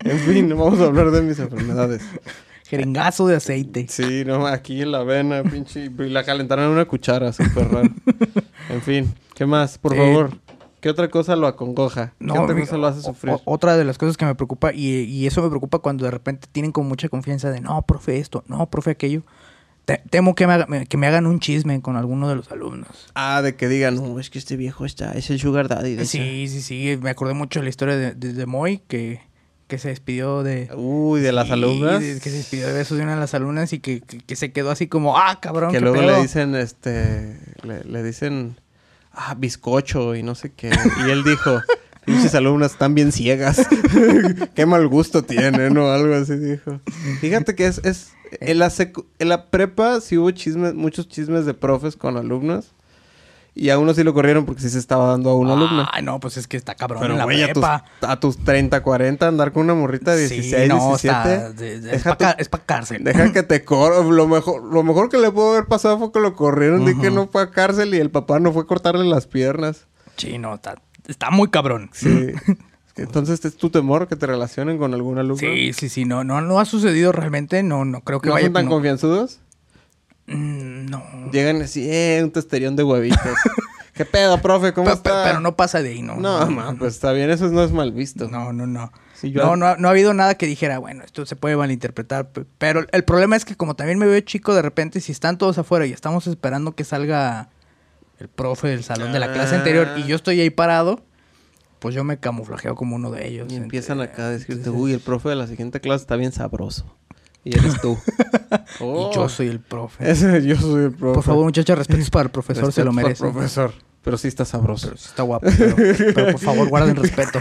En fin, no vamos a hablar de mis enfermedades. Jeringazo de aceite. Sí, no, aquí en la vena, pinche. Y la calentaron en una cuchara, súper raro. En fin, ¿qué más? Por Eh, favor, ¿qué otra cosa lo acongoja? ¿Qué otra mi- cosa lo hace o- sufrir? o- otra de las cosas que me preocupa, y, y eso me preocupa cuando de repente tienen con mucha confianza de, no, profe, esto, no, profe, aquello. Te- temo que me, haga- me- que me hagan un chisme con alguno de los alumnos. Ah, de que digan, no, es que este viejo está, es el Sugar Daddy. de hecho". Sí, sí, sí, me acordé mucho de la historia de, de, de Moy, que, que se despidió de... Uy, de las Sí, alumnas. de- que se despidió de besos de una de las alumnas y que, que, que se quedó así como, ah, cabrón, Que qué luego pedo". le dicen, este, le, le dicen, ah, bizcocho y no sé qué. Y él [LAUGHS] dijo, pinches alumnas están bien ciegas. [LAUGHS] qué mal gusto tienen o algo así dijo. Fíjate que es, es, en la, secu- en la prepa sí hubo chismes, muchos chismes de profes con alumnos. Y a uno sí lo corrieron porque sí se estaba dando a una alumna. Ay, no, pues es que está cabrón en Pero, la güey, a tus, prepa. a tus 30, 40, andar con una morrita de 16, sí, no, 17. está- de- de- es deja para tú- cárcel. Deja que te corran. Lo mejor, lo mejor que le pudo haber pasado fue que lo corrieron de que no fue a cárcel y el papá no fue a cortarle las piernas. Sí, no, está, está muy cabrón. Sí. Entonces, este es tu temor que te relacionen con algún alumno. Sí, sí, sí, no, no, no ha sucedido realmente, no, no creo que ¿No vaya. son tan no, confianzudos? Mm, no. Llegan así, eh, un testerión de [LAUGHS] huevitos. ¿Qué pedo, profe? ¿Cómo Pe- pe- está? Pero, no pasa de ahí, ¿no? No, ma, pues está bien, eso no es mal visto. No, no, no. Sí, yo- No, no ha, no ha habido nada que dijera, bueno, esto se puede malinterpretar. pe- Pero el problema es que como también me veo chico, de repente, si están todos afuera y estamos esperando que salga el profe del salón de la clase Ah. anterior y yo estoy ahí parado, pues yo me camuflajeo como uno de ellos. Y empiezan Entonces, acá a decirte, entonces, uy, el profe de la siguiente clase está bien sabroso. Y eres tú. Oh. [LAUGHS] Y yo soy el [LAUGHS] profe. Ese, yo soy el profe. Por favor, muchachos, respetos para el profesor, se Respetos lo al merece. Profesor, pero sí está sabroso. Pero sí está guapo. Pero, pero, por favor, guarden respeto.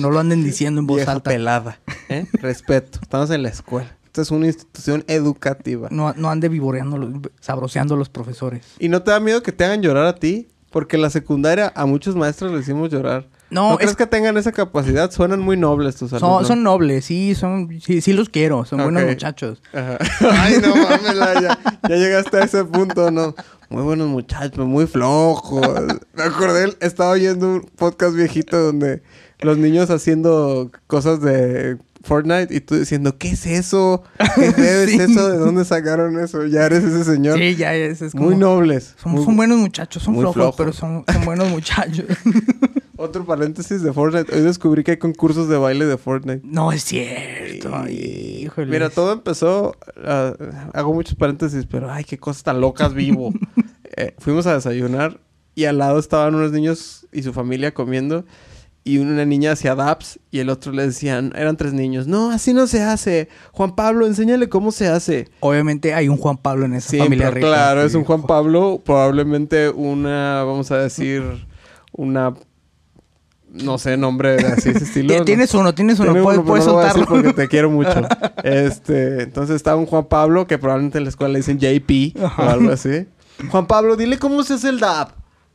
No lo anden diciendo en voz Vieja alta. pelada. ¿eh? Respeto. Estamos en la escuela. Esta es una institución educativa. No, no ande vivoreando, los- sabroseando a los profesores. ¿Y no te da miedo que te hagan llorar a ti? Porque en la secundaria a muchos maestros les hicimos llorar. No, No, crees es- que tengan esa capacidad. Suenan muy nobles tus Son, alumnos. son nobles, sí, son, sí, sí los quiero, son buenos Ok. muchachos. Ajá. [LAUGHS] Ay, [LAUGHS] no mames, la- ya, ya llegaste a ese punto, ¿no? Muy buenos muchachos, muy flojos. Me acordé, estaba oyendo un podcast viejito donde los niños haciendo cosas de Fortnite y tú diciendo, ¿qué es eso? ¿Qué feo es [LAUGHS] Sí. eso? ¿De dónde sacaron eso? Ya eres ese señor. Sí, ya es, es como- muy nobles. Son, Muy- son buenos muchachos, son muy flojos, flojo. pero son, son buenos [LAUGHS] muchachos. Otro paréntesis de Fortnite. Hoy descubrí que hay concursos de baile de Fortnite. no es cierto. ay, híjole. Mira, todo empezó. ah, [LAUGHS] hago muchos paréntesis, pero ay, qué cosas tan locas vivo. Eh, fuimos a desayunar y al lado estaban unos niños y su familia comiendo y una niña hacía daps y el otro le decían, eran tres niños, no, así no se hace. Juan Pablo, enséñale cómo se hace. Obviamente hay un Juan Pablo en esa Sí, familia pero rica. claro, sí. es un Juan Pablo, probablemente una, vamos a decir, una, no sé, nombre de así ese [LAUGHS] Ti- estilo. ¿no? Tienes uno, tienes uno, Tiene puedes, uno, pero puedes no lo voy a decir soltarlo. porque te quiero mucho. [LAUGHS] Este, entonces está un Juan Pablo que probablemente en la escuela le dicen JP o Ajá. algo así. Juan Pablo, dile cómo se hace el DAP.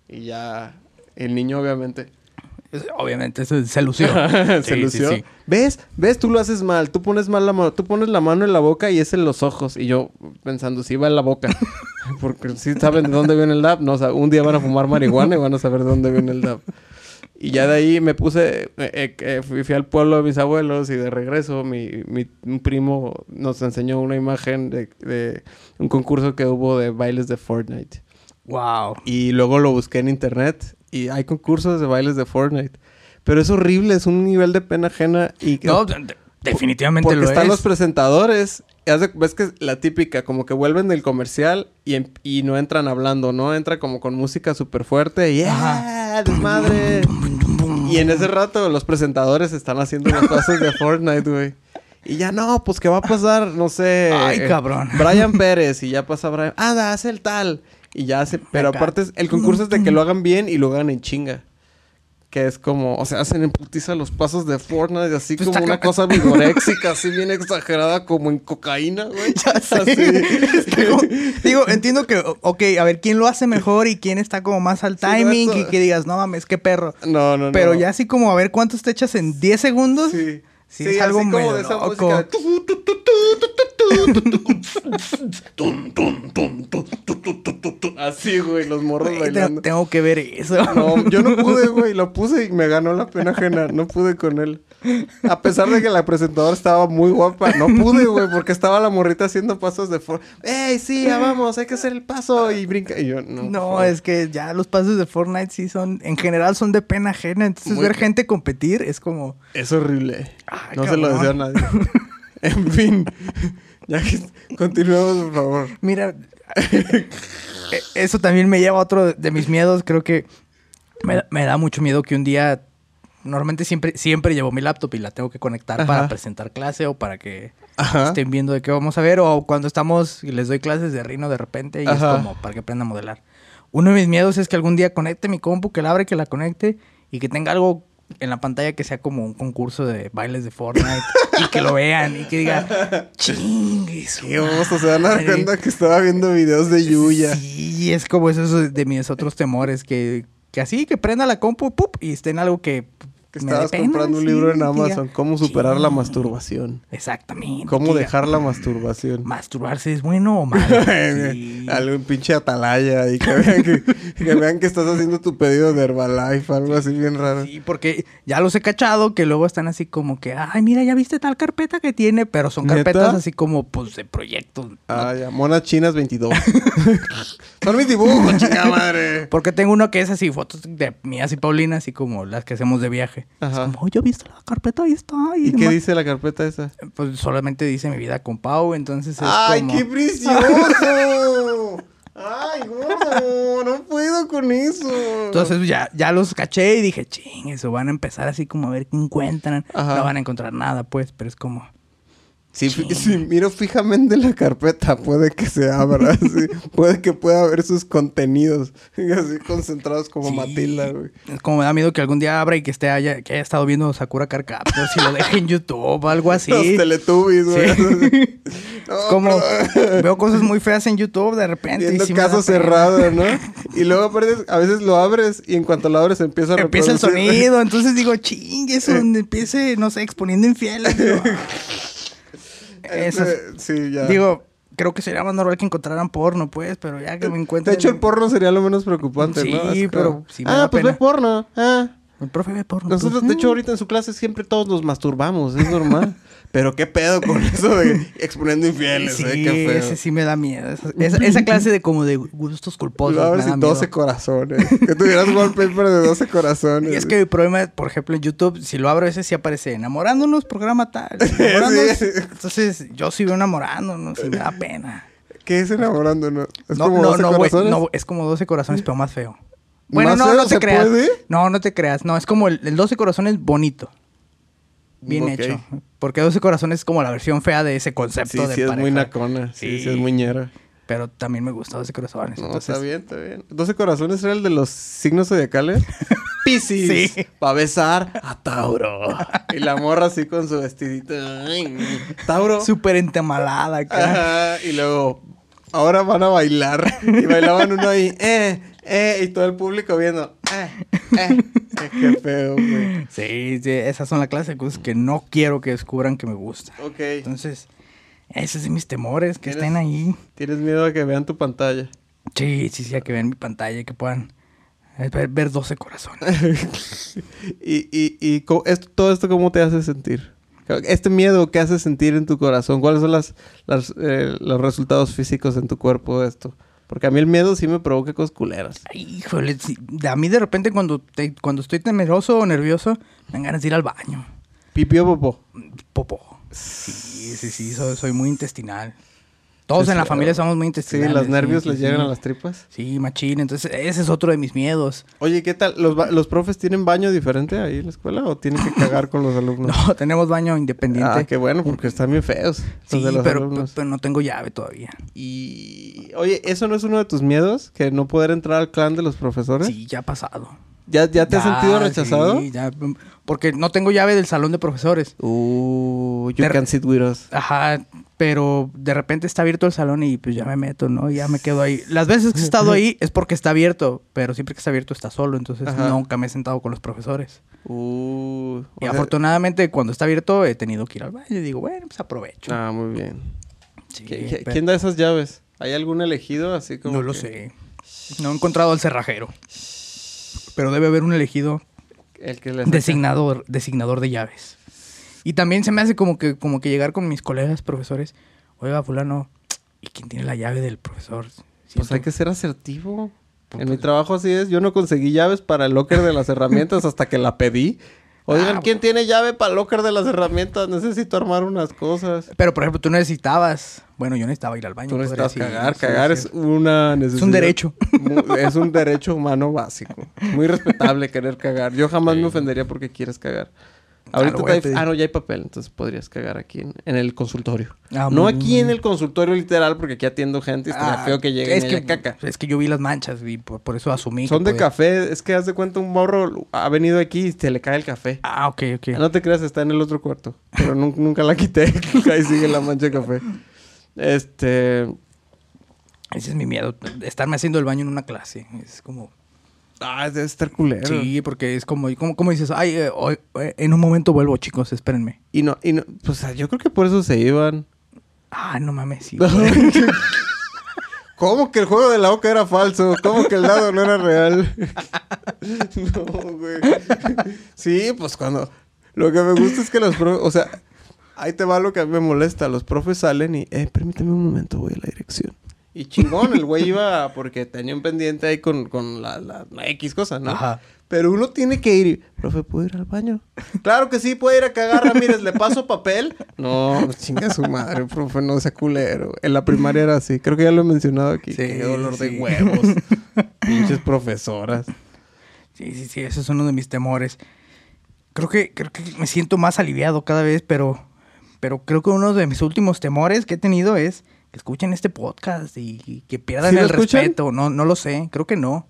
Y ya el niño obviamente [LAUGHS] Obviamente se, se lució. [LAUGHS] se [LAUGHS] Sí, sí, lució. sí. ¿Ves? ¿Ves? Tú lo haces mal. Tú pones mal la mano, tú pones la mano en la boca y es en los ojos y yo pensando, sí va en la boca. [LAUGHS] Porque si saben de dónde viene el DAP, no, o sea, un día van a fumar marihuana y van a saber de dónde viene el DAP. Y ya de ahí me puse, eh, eh, eh, fui, fui al pueblo de mis abuelos y de regreso mi, mi- un primo nos enseñó una imagen de, de un concurso que hubo de bailes de Fortnite. Wow. Y luego lo busqué en internet y hay concursos de bailes de Fortnite. Pero es horrible, es un nivel de pena ajena y que- No, de- de- definitivamente porque lo están es. los presentadores. y haz de- ves que es la típica, como que vuelven del comercial y, em- y no entran hablando, ¿no? Entra como con música súper fuerte y ¡yeah! ¡Desmadre! Y en ese rato los presentadores están haciendo las cosas de Fortnite, güey. Y ya no, pues que va a pasar, no sé. Ay, eh, cabrón. Brian Pérez y ya pasa Brian. Ah, da, hace el tal. Y ya hace. Pero Acá. aparte, es- el concurso es de que lo hagan bien y lo hagan en chinga. Que es como, o sea, hacen en putiza los pasos de Fortnite, así Pues como está una cabrón. cosa vigoréxica, así bien exagerada, como en cocaína, güey. [LAUGHS] Ya sé. Está como- digo, entiendo que, o- ok, a ver, ¿quién lo hace mejor y quién está como más al Sí, no, timing? eso- Y que digas, no mames, qué perro. No, no, no. Pero ya así como a ver cuántos te echas en 10 segundos. Sí. Sí, es algo así como medio de esa loco. música de tu, tu, tu, tu, tu, tu, tu, tu, tu, tu, tu, tu, tu, tu, tu, tu, tu. Así, güey, los morros Güey, te- bailando. tengo que ver eso. No, yo no pude, güey. Lo puse y me ganó la pena ajena. No pude con él. A pesar de que la presentadora estaba muy guapa, no pude, güey, porque estaba la morrita haciendo pasos de for. ¡Ey, sí, ya vamos! Hay que hacer el paso y brinca. Y yo, no. por [LAUGHS] No, favor. es que ya los pasos de Fortnite sí son, en general son de pena ajena. Entonces Muy ver ca- gente competir es como... Es horrible. Ah, no se lo deseo a cabrón. nadie. [LAUGHS] En fin. Ya que continuemos, por favor. Mira, [LAUGHS] eh, eso también me lleva a otro de- de mis miedos. Creo que me, da- me da mucho miedo que un día... Normalmente siempre, siempre llevo mi laptop y la tengo que conectar Ajá. para presentar clase o para que Ajá. estén viendo de qué vamos a ver. O cuando estamos y les doy clases de rino de repente y es Ajá. como para que aprenda a modelar. Uno de mis miedos es que algún día conecte mi compu, que la abre, que la conecte y que tenga algo en la pantalla que sea como un concurso de bailes [LAUGHS] de Fortnite y que lo vean y que diga, chingue su Qué oso, se van a dar madre". cuenta que estaba viendo videos de Yuya. Sí, es como eso eso de mis otros temores, que, que así, que prenda la compu pup, y esté en algo que... Que me dé estabas pena, comprando un sí, libro en que diga, Amazon. ¿Cómo superar la "Chin". masturbación? Exactamente. ¿Cómo que diga, dejar la masturbación? ¿Masturbarse es bueno [LAUGHS] o malo? Sí. Algún pinche atalaya y que vean que, que vean que estás haciendo tu pedido de Herbalife, algo así bien raro. Sí, porque ya los he cachado que luego están así como que, ay, mira, ya viste tal carpeta que tiene, pero son ¿Neta? carpetas así como, pues, de proyectos. ¿no? Ah, ya, monas chinas 22. [LAUGHS] Son mis dibujos, chingada madre. Porque tengo uno que es así, fotos de mías y Paulina, así como las que hacemos de viaje. Ajá. Es como, oye, ¿viste la carpeta? Ahí está. y ¿Y qué demás". dice la carpeta esa? Pues solamente dice mi vida con Pau, entonces es ¡Ay, como... qué precioso! ¡Ay, gordo! No puedo con eso. Entonces pues, ya, ya los caché y dije, ching, eso van a empezar así como a ver qué encuentran. Ajá. No van a encontrar nada, pues, pero es como... Si, fi- si miro fijamente la carpeta, puede que se abra, [LAUGHS] sí. puede que pueda ver sus contenidos, [LAUGHS] así concentrados como Sí. Matilda, güey. Es como me da miedo que algún día abra y que esté haya, que haya estado viendo Sakura Carcaptor, si lo deje en YouTube o algo así. Los Teletubbies, güey. Sí. [LAUGHS] No, Es como pero- [LAUGHS] veo cosas muy feas en YouTube de repente. y Viendo sí me da caso pena. [LAUGHS] cerrado, ¿no? Y luego aprendes- a veces lo abres y en cuanto lo abres empieza a Empieza el reproducir. [LAUGHS] Eh. sonido, entonces digo, ching, eso donde empiece, no sé, exponiendo infieles. [LAUGHS] digo, ah. Eso es- Este, sí, ya. digo, creo que sería más normal que encontraran porno, pues, pero ya que me encuentro. de hecho, el porno sería lo menos preocupante, Sí, ¿no? Así pero como, sí me Ah, da pues pena. ve porno. Ah. El profe ve porno. Nosotros, pues, de hecho, mm. ahorita en su clase siempre todos nos masturbamos, es [LAUGHS] normal. Pero qué pedo con eso de exponiendo infieles, Sí, eh, qué feo. ese sí me da miedo. Esa, esa- esa clase de como de gustos culposos. Lo abres me da y 12 miedo. corazones. Que tuvieras wallpaper [LAUGHS] de 12 corazones. Y es que mi problema, por ejemplo, en YouTube, si lo abro ese sí aparece enamorándonos, programa tal. enamorándonos". [LAUGHS] Sí. Entonces, yo sí veo enamorándonos y me da pena. ¿Qué es enamorándonos? ¿Es no, como no, 12 no, güey, corazones? no, es como 12 corazones, pero más feo. Bueno, ¿Más no, cero no te se creas. puede? No, no te creas. No, es como el, el 12 corazones bonito. Bien Ok. hecho. Porque 12 corazones es como la versión fea de ese Sí, concepto de sí, es muy pareja. nacona. Sí, sí, es muy ñera. Pero también me gusta 12 corazones. No, entonces- está bien, está bien. ¿12 corazones era el de los signos zodiacales? Piscis. [LAUGHS] Sí. Pa' besar a Tauro. [LAUGHS] Y la morra así con su vestidito. Ay, Tauro. Súper entamalada [LAUGHS] acá. Ajá, y luego, ahora van a bailar. Y bailaban uno ahí, [LAUGHS] eh, eh, y todo el público viendo, eh, eh. Eh, Qué feo, güey. Sí, sí, esas son la clase de cosas que no quiero que descubran que me gusta. Ok. Entonces, esos son mis temores, que ¿Tienes- estén ahí. Tienes miedo a que vean tu pantalla. Sí, sí, sí, a que vean mi pantalla y que puedan eh, ver, ver 12 corazones. [LAUGHS] y y, y co- esto- todo esto, ¿cómo te hace sentir? Este miedo que hace sentir en tu corazón, ¿cuáles son las, las, eh, los resultados físicos en tu cuerpo de esto? Porque a mí el miedo sí me provoca cosas culeras. Ay, Híjole, sí, de- a mí de repente cuando, te- cuando estoy temeroso o nervioso, me dan ganas de ir al baño. Pipio popo. Popo. Sí, sí, sí, soy, soy muy intestinal. Todos Sí, en la sí, familia ah, somos muy Sí, intestinales. los nervios sí, les sí. llegan a las tripas. Sí, machín, entonces ese es otro de mis [LAUGHS] miedos. Oye, ¿qué tal? ¿Los, ba- los profes tienen baño diferente ahí en la escuela o tienen que cagar con los [LAUGHS] alumnos? No, [LAUGHS] tenemos baño independiente. Ah, qué bueno, porque están bien feos. los Sí, de los pero, alumnos. pero no tengo llave todavía. Y. Oye, ¿eso no es uno de tus miedos? ¿Que no poder entrar al clan de los profesores? Sí, ya ha pasado. ¿Ya, ya te has Ya, sentido rechazado? Sí, ya, porque no tengo llave del salón de profesores. Uh, you Ter- can sit with us. Ajá, pero de repente está abierto el salón y pues ya me meto, ¿no? Y Ya me quedo ahí. Las veces que he [LAUGHS] estado ahí es porque está abierto, pero siempre que está abierto está solo, entonces Ajá. nunca me he sentado con los profesores. Uh, o Y sea- afortunadamente cuando está abierto he tenido que ir al baño y digo, bueno, pues aprovecho. Ah, muy bien. Sí, ¿Qui- qui- pero- ¿Quién da esas llaves? ¿Hay algún elegido así como? No lo que- sé. No he encontrado al cerrajero. Pero debe haber un elegido El que le saca. designador, designador de llaves. Y también se me hace como que, como que llegar con mis colegas profesores. Oiga, fulano, ¿y quién tiene la llave del profesor? Pues Siento- hay que ser asertivo. En mi trabajo así es. Yo no conseguí llaves para el locker de las herramientas hasta que la pedí. Oigan, Ah, ¿quién tiene llave para el locker de las herramientas? Necesito armar unas cosas. Pero, por ejemplo, tú necesitabas... Bueno, yo necesitaba ir al baño. Tú podría necesitas decir, cagar. sí, cagar sí. es una necesidad. derecho. Mu- Es un derecho humano básico. Muy respetable querer cagar. Yo jamás me ofendería porque quieres cagar. Ah, Ahorita lo voy te a hay- pedir. Ah, no, ya hay papel. Entonces podrías cagar aquí en, en el consultorio. Ah, no muy aquí bien. en el consultorio literal porque aquí atiendo gente y estaría Ah, feo que llegue es y que, haya caca. Es que yo vi las manchas y por, por eso asumí. que Son de podía- café. Es que haz de cuenta un morro ha venido aquí y se le cae el café. Ah, ok, ok. No te creas, está en el otro cuarto. Pero nun- nunca la quité. [LAUGHS] Ahí sigue la mancha de café. Este... Ese es mi miedo. Estarme haciendo el baño en una clase. Es como... Ah, debe estar culero. Sí, porque es como, como, como dices, ay, eh, hoy- eh, en un momento vuelvo, chicos, espérenme. Y no, y no, pues ah, yo creo que por eso se iban. Ah, no [LAUGHS] mames, sí. ¿Cómo que el juego de la oca era falso? ¿Cómo que el dado no era real? [LAUGHS] no, güey. Sí, pues cuando. Lo que me gusta es que los profes. O sea, ahí te va lo que a mí me molesta. Los profes salen y, eh, permíteme un momento, voy a la dirección. Y chingón, el güey iba porque tenía un pendiente ahí con, con la, la- la X cosa, ¿no? Ajá. Pero uno tiene que ir. y, Profe, ¿puedo ir al baño? [LAUGHS] Claro que sí, puede ir a cagar, Ramírez. [LAUGHS] ¿Le paso papel? No, pues, chinga su madre, profe, no sea culero. En la primaria era así. Creo que ya lo he mencionado aquí. Sí, Qué dolor sí. de [LAUGHS] huevos. Pinches profesoras. Sí, sí, sí, ese es uno de mis temores. Creo que, creo que me siento más aliviado cada vez, pero, pero creo que uno de mis últimos temores que he tenido es que escuchen este podcast y, y que pierdan ¿Sí lo el escuchan? respeto. No, no lo sé, creo que no.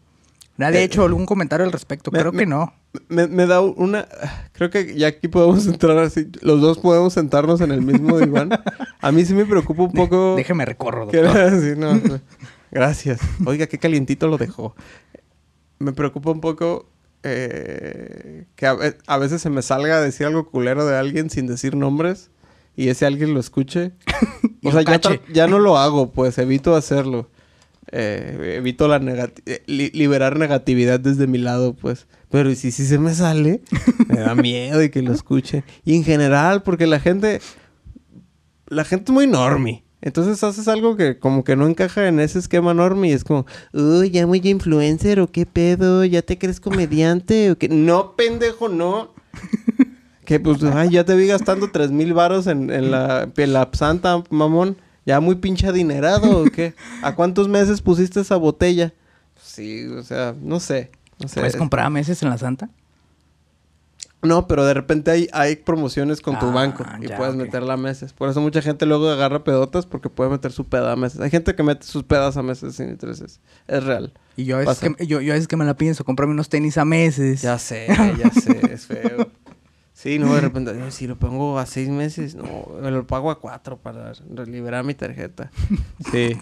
Nadie ha Eh, hecho algún comentario al respecto, me- creo me- que no. Me, me da una... Creo que ya aquí podemos entrar así. Los dos podemos sentarnos en el mismo diván. A mí sí me preocupa un poco... Déjeme recorro, que doctor. sí, no, no. [LAUGHS] Gracias. Oiga, qué calientito lo dejó. Me preocupa un poco eh, que a, ve- a veces se me salga a decir algo culero de alguien sin decir nombres y ese alguien lo escuche. [LAUGHS] Y o lo sea, ya, cache. tra- ya no lo hago, pues evito hacerlo. Eh, evito la negati- eh, li- liberar negatividad desde mi lado, pues. Pero y si sí se me sale, [LAUGHS] me da miedo de que lo escuchen. Y en general, porque la gente, la gente es muy normie. Entonces haces algo que como que no encaja en ese esquema normie y es como, uy, ya muy influencer o qué pedo, ya te crees comediante o qué. No, pendejo, no. que pues, ay, ya te vi gastando tres mil varos en, en la, en la santa, mamón. Ya muy pinche adinerado o qué. ¿A cuántos meses pusiste esa botella? Sí, o sea, no sé. O sea, ¿Puedes es- comprar meses en la Santa? No, pero de repente hay, hay promociones con tu Ah, banco y ya, puedes ok. meterla a meses. Por eso mucha gente luego agarra pedotas porque puede meter su peda a meses. Hay gente que mete sus pedas a meses sin intereses. Es real. Y yo a veces, Pasa. que, yo, yo a veces que me la pienso, comprarme unos tenis a meses. Ya sé, ya [LAUGHS] sé, es feo. Sí, no, de repente, "Ay, si lo pongo a seis meses, no, me lo pago a cuatro para re- liberar mi tarjeta. Sí.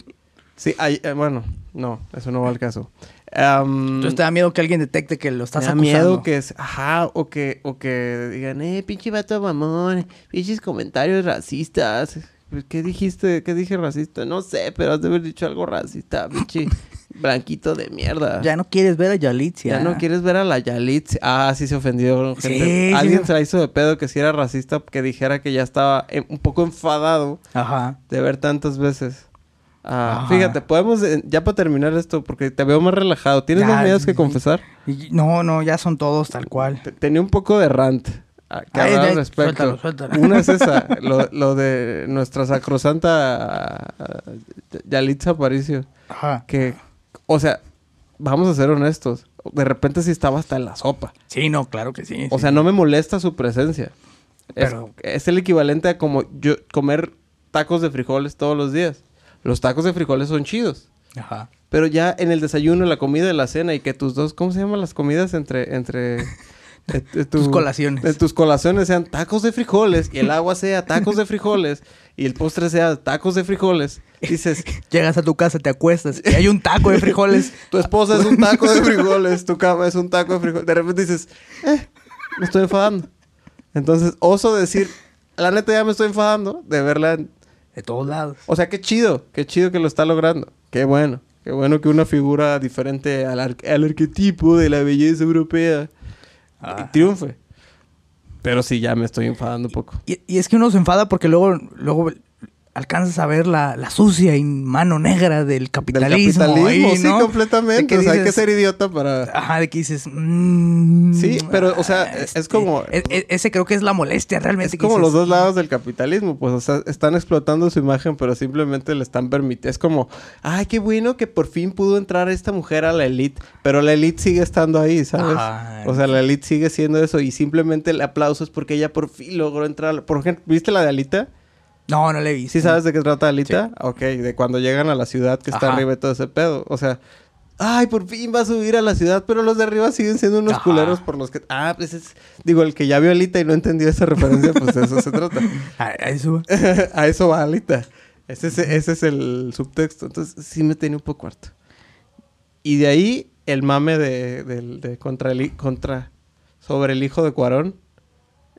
Sí, hay, eh, bueno, no, eso no va al caso. Am, Entonces te da miedo que alguien detecte que lo me estás da acusando. miedo que es, ajá, o que, o que digan, eh, pinche vato mamón, pinches comentarios racistas. Pues, ¿Qué dijiste? ¿Qué dije racista? No sé, pero has de haber dicho algo racista, [LAUGHS] pinche blanquito de mierda. Ya no quieres ver a Yalitza. Ya no quieres ver a la Yalit. Ah, sí se ofendió. Sí, Gente. sí Alguien se- se la hizo de pedo que si era racista, que dijera que ya estaba eh, un poco enfadado Ajá. de ver tantas veces. Ah, Ajá. fíjate, podemos, eh, ya para terminar esto, porque te veo más relajado. ¿Tienes Ya, más miedos que sí. confesar? Y- no, no, ya son todos tal cual. Te- Tenía un poco de rant ah, que Ay, hablar ay, al respecto. suéltalo, suéltalo. Una es [LAUGHS] esa, lo, lo de nuestra sacrosanta ah, Yalitza Aparicio. Ajá. Que, o sea, vamos a ser honestos. De repente sí estaba hasta en la sopa. Sí, no, claro que sí. O sí. sea, no me molesta su presencia. Es- Pero- Es, el equivalente a como yo comer tacos de frijoles todos los días. Los tacos de frijoles son chidos. Ajá. Pero ya en el desayuno, la comida, en la cena y que tus dos, ¿cómo se llaman las comidas entre... entre [LAUGHS] eh, eh, tu- Tus colaciones. eh, tus colaciones sean tacos de frijoles y el agua sea tacos de [LAUGHS] frijoles y el postre sea tacos de frijoles. Dices, Llegas a tu casa, te acuestas y hay un taco de frijoles. [LAUGHS] tu esposa es un taco de frijoles, tu cama es un taco de frijoles. De repente dices, eh, me estoy enfadando. Entonces, oso decir, la neta ya me estoy enfadando de verla. en- De todos lados. O sea, qué chido, qué chido que lo está logrando. Qué bueno, qué bueno que una figura diferente al, ar- al arquetipo de la belleza europea Ah. triunfe. Pero sí, ya me estoy enfadando un poco. Y, y es que uno se enfada porque luego, luego alcanzas a ver la, la sucia y mano negra del capitalismo. Del ahí, sí, ¿no? De completamente. que O sea, hay que dices- Ah, ser idiota para... Ajá, de que dices. mm, Sí, pero, o sea, ah, es como- e- e- ese creo que es la molestia realmente. Es que como dices, los dos lados del capitalismo, pues, o sea, están explotando su imagen, pero simplemente le están permitiendo. Es como, ay, qué bueno que por fin pudo entrar esta mujer a la elite, pero la elite sigue estando ahí, ¿sabes? Ajá. O sea, la elite sigue siendo eso y simplemente el aplauso es porque ella por fin logró entrar. a la- Por ejemplo, ¿viste la de Alita? No, no le vi. ¿Sí sabes de qué trata Alita? Ok, de cuando llegan a la ciudad que está Ajá. arriba y todo ese pedo. O sea, ay, por fin va a subir a la ciudad, pero los de arriba siguen siendo unos Ajá. culeros por los que. Ah, pues es. Digo, el que ya vio Alita y no entendió esa referencia, pues de eso se trata. [LAUGHS] A, a eso. a eso va Alita. Ese es, ese es el subtexto. Entonces, sí me tenía un poco harto. Y de ahí el mame de, del- de contra, el, hi- contra. sobre el hijo de Cuarón.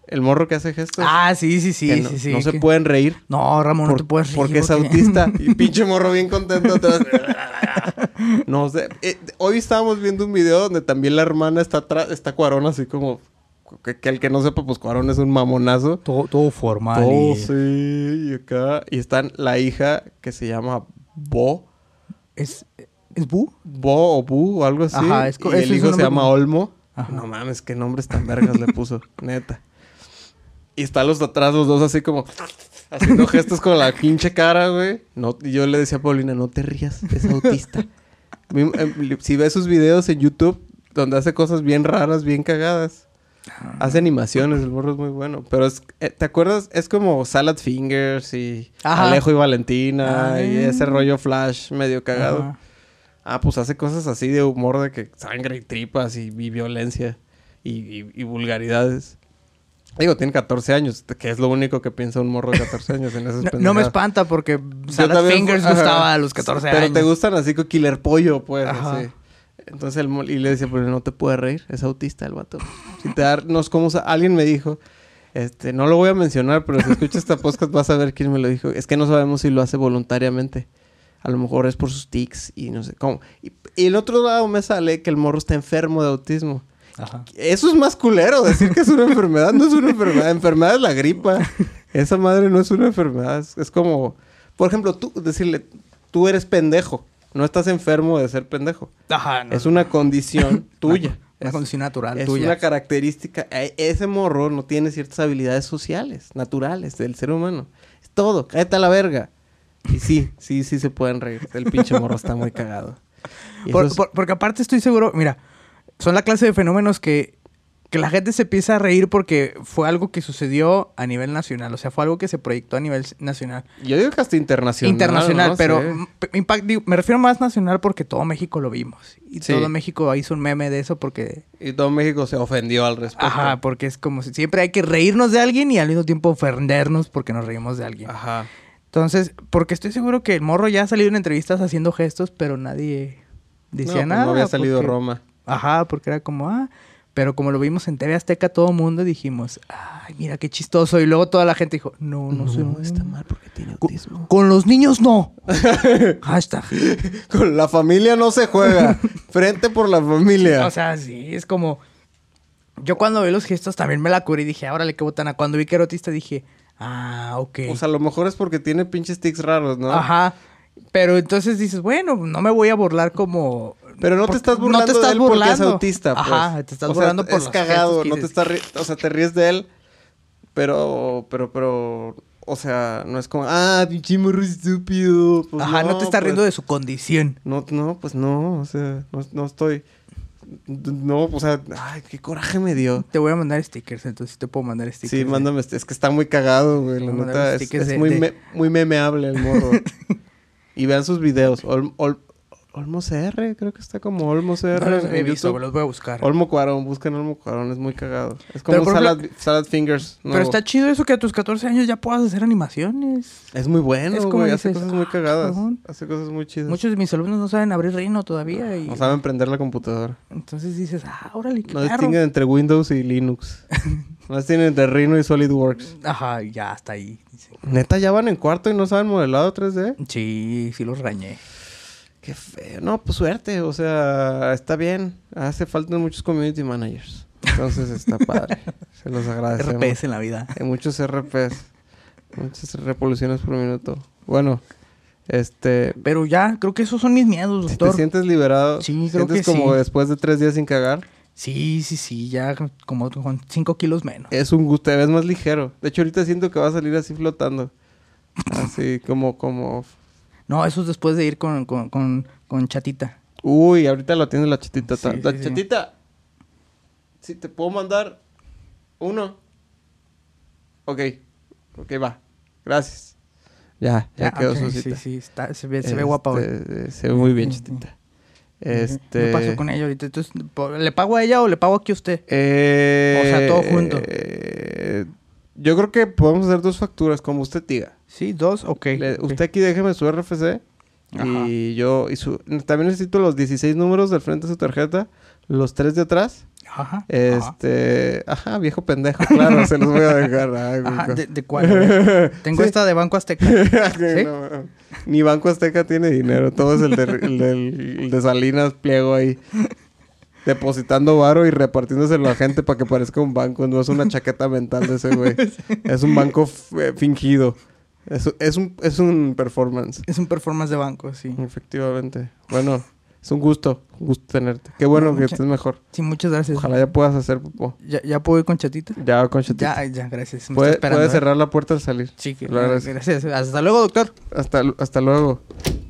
El morro que hace gestos. Ah, sí, sí, sí, que no, sí, sí. no se que- pueden reír. No, Ramón, no Por- te puedes reír. Porque es autista. [LAUGHS] Y pinche morro bien contento atrás. [LAUGHS] no sé. Eh, hoy estábamos viendo un video donde también la hermana está atrás, está Cuarón así como... Que, que el que no sepa, pues Cuarón es un mamonazo. Todo, todo formal. Oh, y- sí, y acá. Y están la hija que se llama Bo. ¿Es, ¿Es Bu? Bo o Bu o algo así. Ajá, es co- y ese el es hijo un se nombre llama como- Olmo. Ajá. No mames, qué nombres tan vergas le puso, [LAUGHS] neta. Y están los de atrás, los dos así como haciendo gestos con la pinche cara, güey. No, y yo le decía a Paulina, no te rías, es autista. Mi- em, si ves sus videos en YouTube donde hace cosas bien raras, bien cagadas. Ah. Hace animaciones, el morro es muy bueno. Pero es, eh, ¿te acuerdas? Es como Salad Fingers y Ajá. Ah. Alejo y Valentina y Ay. ese rollo flash medio cagado. Ajá. Ah, pues hace cosas así de humor de que sangre y tripas y, y violencia y, y- y vulgaridades. Digo, tiene 14 años, que es lo único que piensa un morro de 14 años en esas [LAUGHS] No, no me pendejadas. espanta porque Yo Salad también- Fingers ajá. gustaba a los 14 años. Pero te gustan así con Killer Pollo, pues, Ajá. así. Entonces, el, mo- y le decía, pero no te puedes reír, es autista el vato. Si te da, no es como... sa- Alguien me dijo, este, no lo voy a mencionar, pero si escuchas esta podcast vas a ver quién me lo dijo. Es que no sabemos si lo hace voluntariamente. A lo mejor es por sus tics y no sé cómo. Y, y el otro lado me sale que el morro está enfermo de autismo. Ajá. Eso es más culero, decir que es una enfermedad. No es una enfermedad. Enfermedad es la gripa. Esa madre no es una enfermedad. Es, es como, por ejemplo, tú decirle, tú eres pendejo. No estás enfermo de ser pendejo. Ajá, no, Es una [LAUGHS] condición tuya. Una Es- condición natural es tuya. una característica. e- Ese morro no tiene ciertas habilidades sociales, naturales, del ser humano. Es todo. Cállate a la verga. Y sí, sí, sí se pueden reír. El pinche morro está muy cagado. Y Por- eso es- por- porque aparte estoy seguro, mira, son la clase de fenómenos que, que la gente se empieza a reír porque fue algo que sucedió a nivel nacional. O sea, fue algo que se proyectó a nivel s- nacional. Yo digo que hasta internacional. Internacional, no pero sé. m- p- impact- digo, me refiero más nacional porque todo México lo vimos. Y Sí. todo México hizo un meme de eso porque... Y todo México se ofendió al respecto. Ajá, porque es como si siempre hay que reírnos de alguien y al mismo tiempo ofendernos porque nos reímos de alguien. Ajá. Entonces, porque estoy seguro que el morro ya ha salido en entrevistas haciendo gestos, pero nadie No, decía pues nada. no había salido porque- Roma. Ajá, porque era como, ah, pero como lo vimos en TV Azteca, todo el mundo dijimos, ay, mira qué chistoso. Y luego toda la gente dijo, no, no, sé, no está mal porque tiene autismo. Con, los [LAUGHS] niños no. Hashtag. Con la familia no se [LAUGHS] juega. Frente por la familia. O sea, sí, es como. Yo cuando vi los gestos también me la curé y dije, órale, qué botana. Cuando vi que era autista dije, ah, ok. O sea, a lo mejor es porque tiene pinches tics raros, ¿no? Ajá. Pero entonces dices, bueno, no me voy a burlar como. Pero no por- te estás burlando te estás de él porque burlando. es autista, pues. Ajá, te estás O sea, burlando por es los gestos cagado, que no te dices. estás... ri- O sea, te ríes de él, pero... Pero, pero... O sea, no es como... Ah, pinche morro estúpido. Pues Ajá, no, te estás pues, riendo de su condición. No, no, pues no, o sea, no, no estoy... No, o sea, ay, qué coraje me dio. Te voy a mandar stickers, entonces te puedo mandar stickers. Sí, de- mándame, este- es que está muy cagado, güey, la Mándame neta, los es, stickers es de- muy, de- me- muy memeable el [LAUGHS] morro. y vean sus videos, Ol- Ol- Olmo CR, creo que está como Olmo No CR los en he visto, YouTube. los voy a buscar. Olmo Cuarón, busquen Olmo Cuarón, es muy cagado. Es como Pero, un por salad, ejemplo- salad Fingers. nuevo. Pero está chido eso que a tus 14 años ya puedas hacer animaciones. Es muy bueno, es como güey, hace dices, cosas muy "Ah, cagadas. cabrón". Hace cosas muy chidas. Muchos de mis alumnos no saben abrir Rhino todavía. Y... No saben prender la computadora. Entonces dices, ah, órale, qué No perro. distinguen entre Windows y [LAUGHS] Linux. no distinguen entre Rhino y SolidWorks. Ajá, ya hasta ahí. dice. Neta, ya van en cuarto y no saben modelado 3D. Sí, sí los rañé. Qué feo. No, pues suerte. O sea, está bien. Hace falta muchos community managers. Entonces está [LAUGHS] padre. Se los agradecemos. RPS en la vida. Hay muchos RPs. Muchas revoluciones por minuto. Bueno, este. Pero ya, creo que esos son mis miedos, Si te doctor. sientes liberado, Sí, creo sientes que como sí. después de tres días sin cagar, Sí, sí, sí, ya como con 5 kilos menos. es un gusto, te ves más ligero. De hecho, ahorita siento que va a salir así flotando. Así como, como. No, eso es después de ir con, con, con, con chatita. Uy, ahorita lo tiene la chatita. ta- Sí, la sí, sí. chatita. Si te puedo mandar uno. Ok. Ok, va. Gracias. Ya, ya, Ah, quedó ok, su sí, cita. sí, está- se, ve, se ve guapa hoy. Este, Se ve muy bien, Ujú. chatita. Ujú. Este. ¿Qué pasó con ella ahorita? Entonces, po- ¿le pago a ella o le pago aquí a usted? Eh, O sea, todo junto. eh, yo creo que podemos hacer dos facturas, como usted diga. Sí, dos, ok. Le- ok. Usted aquí déjeme su RFC Ajá. y yo y su, también necesito los 16 números del frente de su tarjeta, los tres de atrás. Ajá. ajá. Este, ajá, viejo pendejo, claro, se los voy a [LAUGHS] dejar. Ay, güey, Ajá, co- ¿de, de cuál? A [LAUGHS] ver, [LAUGHS] Tengo este Sí. esta de Banco Azteca. [LAUGHS] ¿Sí? No, no. Ni Banco Azteca tiene dinero, todo es el de, el del- el de Salinas Pliego ahí. Depositando varo y repartiéndoselo a la gente para que parezca un banco, no es una chaqueta mental de ese [LAUGHS] güey. Es un banco f- eh, fingido. Es, es, un, es un performance, Es un performance de banco, sí. efectivamente. Bueno, es un gusto, un gusto tenerte. Qué bueno que Mucha- estés mejor. Sí, muchas gracias. Ojalá ya puedas hacer popó. ¿Ya, ya puedo ir con chatita? Ya, Conchetita. Ya, ya, gracias. Me Puede- está esperando, Puedes ¿eh? cerrar la puerta al salir. Sí, que- Lo agradezco. gracias. Hasta luego, doctor. Hasta, hasta luego.